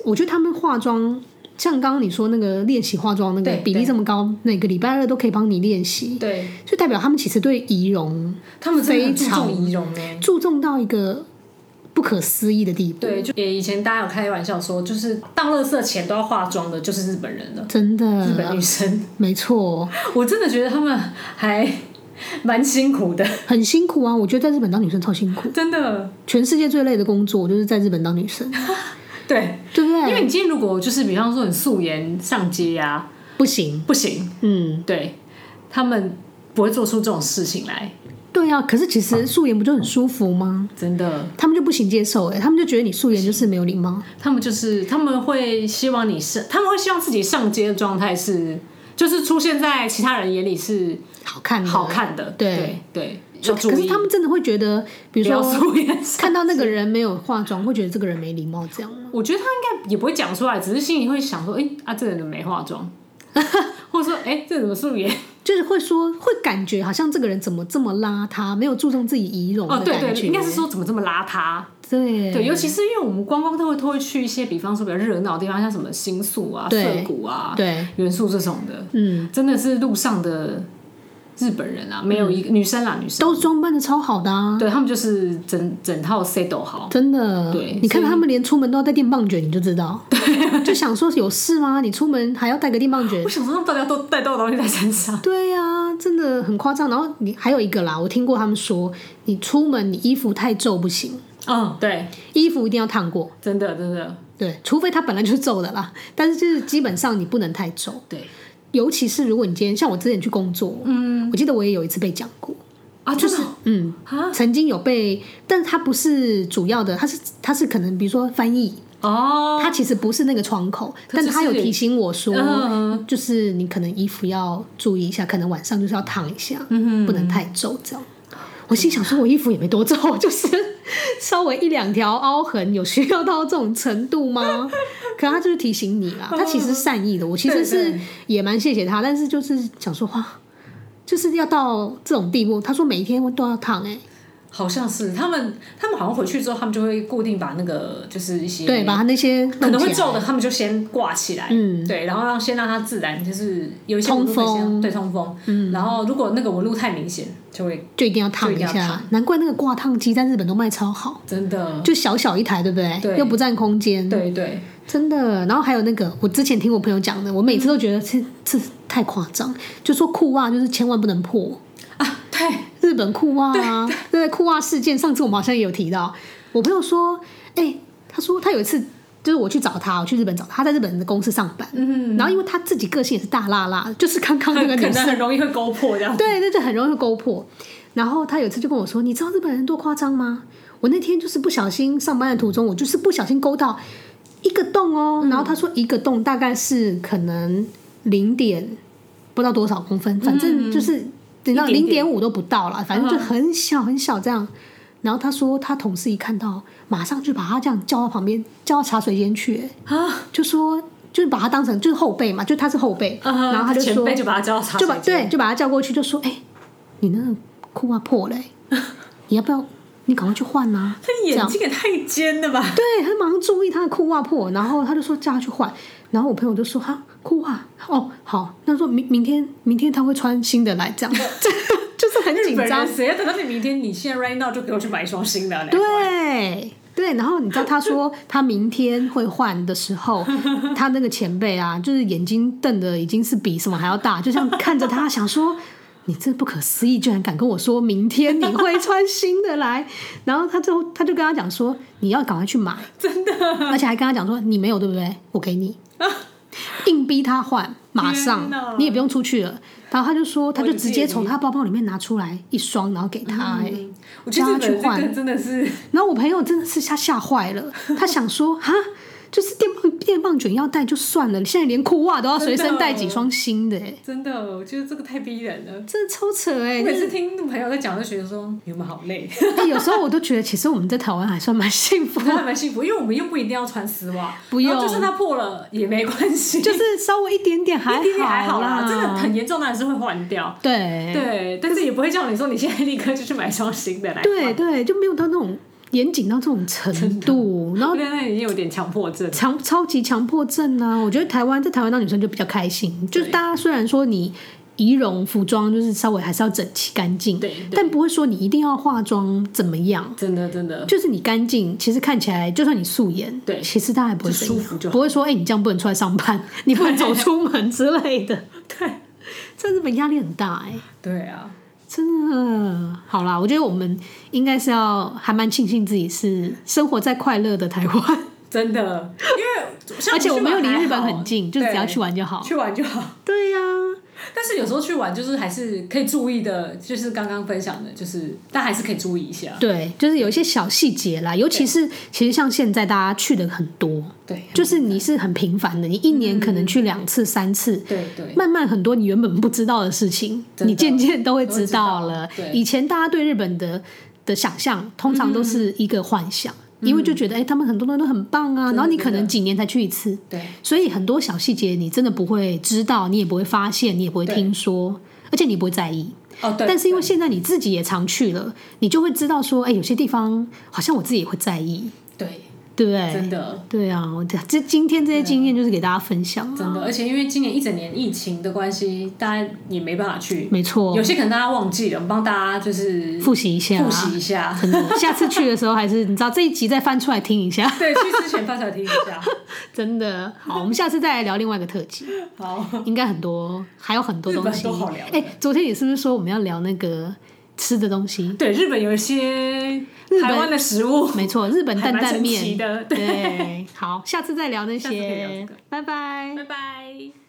[SPEAKER 1] 我觉得他们化妆，像刚刚你说那个练习化妆那个
[SPEAKER 2] 对
[SPEAKER 1] 比例这么高，每个礼拜二都可以帮你练习，
[SPEAKER 2] 对
[SPEAKER 1] 就代表他们其实对仪容
[SPEAKER 2] 他们真的很
[SPEAKER 1] 非
[SPEAKER 2] 注
[SPEAKER 1] 常
[SPEAKER 2] 重仪容欸呢、
[SPEAKER 1] 注重到一个不可思议的地步。
[SPEAKER 2] 对，就也以前大家有开玩笑说，就是当垃圾前都要化妆的，就是日本人了，
[SPEAKER 1] 真
[SPEAKER 2] 日本
[SPEAKER 1] 的，
[SPEAKER 2] 女生。
[SPEAKER 1] 没错，
[SPEAKER 2] 我真的觉得他们还蛮辛苦的，
[SPEAKER 1] 很辛苦啊！我觉得在日本当女生超辛苦，
[SPEAKER 2] 真的。
[SPEAKER 1] 全世界最累的工作就是在日本当女生，
[SPEAKER 2] 对，
[SPEAKER 1] 对不对？
[SPEAKER 2] 因为你今天如果就是比方说你素颜上街呀、
[SPEAKER 1] 不行，
[SPEAKER 2] 不行，
[SPEAKER 1] 嗯，
[SPEAKER 2] 对他们不会做出这种事情来，
[SPEAKER 1] 对啊。可是其实素颜不就很舒服吗？
[SPEAKER 2] 真的。
[SPEAKER 1] 他们就不行接受哎、他们就觉得你素颜就是没有礼貌，
[SPEAKER 2] 他们就是他们会希望你是，他们会希望自己上街的状态是，就是出现在其他人眼里是
[SPEAKER 1] 好看的
[SPEAKER 2] 好。看的，
[SPEAKER 1] 对
[SPEAKER 2] 对，要
[SPEAKER 1] 所以
[SPEAKER 2] 注
[SPEAKER 1] 可是
[SPEAKER 2] 意，
[SPEAKER 1] 他们真的会觉得，比
[SPEAKER 2] 不
[SPEAKER 1] 如
[SPEAKER 2] 要
[SPEAKER 1] 说
[SPEAKER 2] 素颜上
[SPEAKER 1] 看到那个人没有化妆，会觉得这个人没礼貌，这样吗？
[SPEAKER 2] 我觉得他应该也不会讲出来，只是心里会想说，哎、啊，这人怎么没 化妆？或者说，哎、这人怎么素颜？
[SPEAKER 1] 就是会说，会感觉好像这个人怎么这么邋遢，没有注重自己仪容
[SPEAKER 2] 哦，
[SPEAKER 1] 的
[SPEAKER 2] 对
[SPEAKER 1] 感觉。
[SPEAKER 2] 对，应该是说怎么这么邋遢？
[SPEAKER 1] 对
[SPEAKER 2] 对，尤其是因为我们观光都会都会去一些，比方说比较热闹的地方，像什么新宿啊、
[SPEAKER 1] 对
[SPEAKER 2] 涩谷啊、
[SPEAKER 1] 对
[SPEAKER 2] 元素这种的，
[SPEAKER 1] 嗯，
[SPEAKER 2] 真的是路上的日本人啊，没有一个、女生啦，女生，
[SPEAKER 1] 都装扮的超好的啊，
[SPEAKER 2] 对他们就是整整套 set 都好，
[SPEAKER 1] 真的。
[SPEAKER 2] 对
[SPEAKER 1] 你看
[SPEAKER 2] 所以
[SPEAKER 1] 他们连出门都要带电棒卷，你就知道，就想说有事吗？你出门还要带个电棒卷
[SPEAKER 2] 我？想说他们大家都带到的东西在身上，
[SPEAKER 1] 对呀、真的很夸张。然后你还有一个啦，我听过他们说，你出门你衣服太皱不行，
[SPEAKER 2] 嗯，对，
[SPEAKER 1] 衣服一定要烫过。
[SPEAKER 2] 真的真的，
[SPEAKER 1] 对，除非它本来就是皱的啦， 但是就是基本上你不能太皱，
[SPEAKER 2] 对
[SPEAKER 1] 尤其是如果你今天像我之前去工作，嗯，我记得我也有一次被讲过，
[SPEAKER 2] 啊，就是
[SPEAKER 1] 嗯，
[SPEAKER 2] 啊，
[SPEAKER 1] 曾经有被，但它不是主要的，它是它是可能比如说翻译，
[SPEAKER 2] 哦，
[SPEAKER 1] 它其实不是那个窗口，
[SPEAKER 2] 它
[SPEAKER 1] 但
[SPEAKER 2] 就是
[SPEAKER 1] 它有提醒我说，
[SPEAKER 2] 嗯
[SPEAKER 1] 就是你可能衣服要注意一下，可能晚上就是要烫一下，
[SPEAKER 2] 嗯
[SPEAKER 1] 不能太皱这样。我心想说，我衣服也没多 皱，就是稍微一两条凹痕，有需要到这种程度吗？可他就是提醒你啦，他其实是善意的。我其实
[SPEAKER 2] 嗯对
[SPEAKER 1] 是
[SPEAKER 2] 对
[SPEAKER 1] 也蛮谢谢他，但是就是想说哇，就是要到这种地步。他说每一天都要烫哎、
[SPEAKER 2] 好像是他们，他们好像回去之后，他们就会固定把那个就是一些
[SPEAKER 1] 对，把他那些
[SPEAKER 2] 可能
[SPEAKER 1] 弄
[SPEAKER 2] 会
[SPEAKER 1] 起来
[SPEAKER 2] 皱的，他们就先挂起来，
[SPEAKER 1] 嗯
[SPEAKER 2] 对，然后让先让它自然，就是有一些
[SPEAKER 1] 通
[SPEAKER 2] 纹路会先
[SPEAKER 1] 风
[SPEAKER 2] 对通风，嗯，然后如果那个纹路太明显，就会
[SPEAKER 1] 就一定要烫
[SPEAKER 2] 就一定要
[SPEAKER 1] 下
[SPEAKER 2] 烫。
[SPEAKER 1] 难怪那个挂烫机在日本都卖超好，
[SPEAKER 2] 真的，
[SPEAKER 1] 就小小一台，对不对？
[SPEAKER 2] 对
[SPEAKER 1] 又不占空间，
[SPEAKER 2] 对对，
[SPEAKER 1] 真的。然后还有那个，我之前听我朋友讲的，我每次都觉得这这太夸张，就说裤袜就是千万不能破。
[SPEAKER 2] 啊，对，
[SPEAKER 1] 日本裤袜啊，对裤袜事件，上次我们好像也有提到。我朋友说，哎、他说他有一次就是我去找他，我去日本找他，他在日本的公司上班，
[SPEAKER 2] 嗯，
[SPEAKER 1] 然后因为他自己个性也是大辣辣，就是刚刚
[SPEAKER 2] 很
[SPEAKER 1] 那个女
[SPEAKER 2] 可能
[SPEAKER 1] 生，
[SPEAKER 2] 很容易会勾破这样，
[SPEAKER 1] 对，那就很容易勾破。然后他有一次就跟我说，你知道日本人多夸张吗？我那天就是不小心上班的途中，我就是不小心勾到一个洞哦，
[SPEAKER 2] 嗯
[SPEAKER 1] 然后他说一个洞大概是可能零点不知道多少公分，反正就是等到
[SPEAKER 2] 嗯一
[SPEAKER 1] 零
[SPEAKER 2] 点嗯
[SPEAKER 1] 点
[SPEAKER 2] 点
[SPEAKER 1] 五都不到了，反正就很小很小这样。然后他说他同事一看到，马上就把他这样叫到旁边，叫到茶水间去、欸
[SPEAKER 2] 啊，
[SPEAKER 1] 就说就是把他当成就是后辈嘛，就他是后辈，
[SPEAKER 2] 啊
[SPEAKER 1] 然后他就
[SPEAKER 2] 前
[SPEAKER 1] 说
[SPEAKER 2] 辈就把他叫到茶
[SPEAKER 1] 就把
[SPEAKER 2] 水
[SPEAKER 1] 对
[SPEAKER 2] 间，
[SPEAKER 1] 就把他叫过去，就说：“哎、你那个裤袜破了、 欸你要不要？你赶快去换啊！”
[SPEAKER 2] 他
[SPEAKER 1] 这
[SPEAKER 2] 眼
[SPEAKER 1] 样
[SPEAKER 2] 睛也太尖了吧，
[SPEAKER 1] 对他马上注意他的裤袜破，然后他就说叫他去换，然后我朋友就说：“哈，裤袜哦，好，那说明明天明天他会穿新的来，这样 这就是很紧
[SPEAKER 2] 日本
[SPEAKER 1] 张
[SPEAKER 2] 人，谁要等到你明天？你现在 right now 就给我去买一双新的来，
[SPEAKER 1] 对。”对，然后你知道他说他明天会换的时 候，他那个前辈啊，就是眼睛瞪的已经是比什么还要大，就像看着他想说，你这不可思议，居然敢跟我说明天你会穿新的来。 然后他就他就跟他讲说，你要赶快去买，
[SPEAKER 2] 真的
[SPEAKER 1] 而且还跟他讲说你没有对不对？我给 你，硬逼他换，马上
[SPEAKER 2] 天哪
[SPEAKER 1] 你也不用出去了。然后他就说，他就
[SPEAKER 2] 我理解
[SPEAKER 1] 直接从他包包里面拿出来一双，然后给他、哎
[SPEAKER 2] 嗯我觉得日
[SPEAKER 1] 叫他去
[SPEAKER 2] 本人这
[SPEAKER 1] 换
[SPEAKER 2] 个真的是
[SPEAKER 1] 然后我朋友真的是吓吓坏了，他想说哈，就是电棒电棒卷要带就算了，现在连裤袜都要随身带几双新的、哎，
[SPEAKER 2] 真的，我觉得这个太逼人了。
[SPEAKER 1] 真的超扯哎、
[SPEAKER 2] 我每次听朋友在讲，就觉得说你们好累，
[SPEAKER 1] 哎有时候我都觉得，其实我们在台湾还算蛮幸福
[SPEAKER 2] 我
[SPEAKER 1] 的
[SPEAKER 2] 觉得还蛮幸福，因为我们又不一定要穿丝袜，
[SPEAKER 1] 不用
[SPEAKER 2] 然后就算它破了也没关系，
[SPEAKER 1] 就是稍微一点点还
[SPEAKER 2] 一点点还好
[SPEAKER 1] 啦，
[SPEAKER 2] 啦，真的很严重，当然是会换掉。
[SPEAKER 1] 对
[SPEAKER 2] 对，但是也不会叫你说你现在立刻就去买双新的来。
[SPEAKER 1] 对，对，就没有到那种严谨到这种程度，然后
[SPEAKER 2] 对，那你有点强迫症。
[SPEAKER 1] 强超级强迫症啊！我觉得台湾在台湾当女生就比较开心，就是大家虽然说你仪容服装就是稍微还是要整齐干净，
[SPEAKER 2] 对对
[SPEAKER 1] 但不会说你一定要化妆怎么样。
[SPEAKER 2] 真的真的，
[SPEAKER 1] 就是你干净，其实看起来就算你素颜，
[SPEAKER 2] 对
[SPEAKER 1] 其实大家也不会
[SPEAKER 2] 就
[SPEAKER 1] 怎
[SPEAKER 2] 舒
[SPEAKER 1] 样
[SPEAKER 2] 服就好
[SPEAKER 1] 不会说哎、你这样不能出来上班， 你不能走出门之类的。
[SPEAKER 2] 对
[SPEAKER 1] 在日本压力很大哎、
[SPEAKER 2] 对啊，
[SPEAKER 1] 真的好啦，我觉得我们应该是要还蛮庆幸自己是生活在快乐的台湾，
[SPEAKER 2] 真的，因为像
[SPEAKER 1] 而且我
[SPEAKER 2] 去
[SPEAKER 1] 们又离
[SPEAKER 2] 还好
[SPEAKER 1] 日本很近，就只要去玩就
[SPEAKER 2] 对
[SPEAKER 1] 好。
[SPEAKER 2] 去玩就好。
[SPEAKER 1] 对呀、
[SPEAKER 2] 但是有时候去玩就是还是可以注意的，就是刚刚分享的，就是但还是可以注意一下。
[SPEAKER 1] 对，就是有一些小细节啦，尤其是其实像现在大家去的很多，
[SPEAKER 2] 对，
[SPEAKER 1] 就是你是很频繁的，你一年可能去两次、三次。
[SPEAKER 2] 对对
[SPEAKER 1] 慢慢很多你原本不知道的事情，
[SPEAKER 2] 真的
[SPEAKER 1] 你渐渐都会
[SPEAKER 2] 都会
[SPEAKER 1] 知
[SPEAKER 2] 知道
[SPEAKER 1] 道了。
[SPEAKER 2] 对
[SPEAKER 1] 以前大家对日本的的想象，通常都
[SPEAKER 2] 嗯
[SPEAKER 1] 是一个幻想，因为就觉得哎、诶他们很多东西都很棒啊，
[SPEAKER 2] 真的
[SPEAKER 1] 然后你
[SPEAKER 2] 真
[SPEAKER 1] 可
[SPEAKER 2] 的
[SPEAKER 1] 能几年才去一次，
[SPEAKER 2] 对，
[SPEAKER 1] 所以很多小细节你真的不会知道，你也不会发现，你也不会
[SPEAKER 2] 对
[SPEAKER 1] 听说，而且你也不会在意。
[SPEAKER 2] 哦对，
[SPEAKER 1] 但是因为
[SPEAKER 2] 对
[SPEAKER 1] 现在你自己也常去了，你就会知道说，哎、有些地方好像我自己也会在意，
[SPEAKER 2] 对
[SPEAKER 1] 对不对？
[SPEAKER 2] 真的
[SPEAKER 1] 对啊，我这这今天这些经验就是给大家分享啊，
[SPEAKER 2] 真的，而且因为今年一整年疫情的关系，大家也没办法去，
[SPEAKER 1] 没错
[SPEAKER 2] 有，些可能大家忘记了，我们帮大家就是
[SPEAKER 1] 复习一下，啊
[SPEAKER 2] 复习一下，
[SPEAKER 1] 真的，下次去的时候还是你知道这一集再翻出来听一下，
[SPEAKER 2] 对，去之前翻出来听 一下。
[SPEAKER 1] 真的。好，我们下次再来聊另外一个特辑，
[SPEAKER 2] 好，
[SPEAKER 1] 应该很多，还有很多东西
[SPEAKER 2] 日本很多好聊的
[SPEAKER 1] 哎、昨天你是不是说我们要聊那个吃的东西？
[SPEAKER 2] 对，日本有一些
[SPEAKER 1] 日本
[SPEAKER 2] 台湾的食物，
[SPEAKER 1] 没错，日本
[SPEAKER 2] 还
[SPEAKER 1] 担
[SPEAKER 2] 蛮
[SPEAKER 1] 担
[SPEAKER 2] 神奇
[SPEAKER 1] 面。
[SPEAKER 2] 的，对，
[SPEAKER 1] 对，好，下次再聊那
[SPEAKER 2] 下次可以聊
[SPEAKER 1] 些
[SPEAKER 2] 这个，
[SPEAKER 1] 拜拜
[SPEAKER 2] 拜。拜。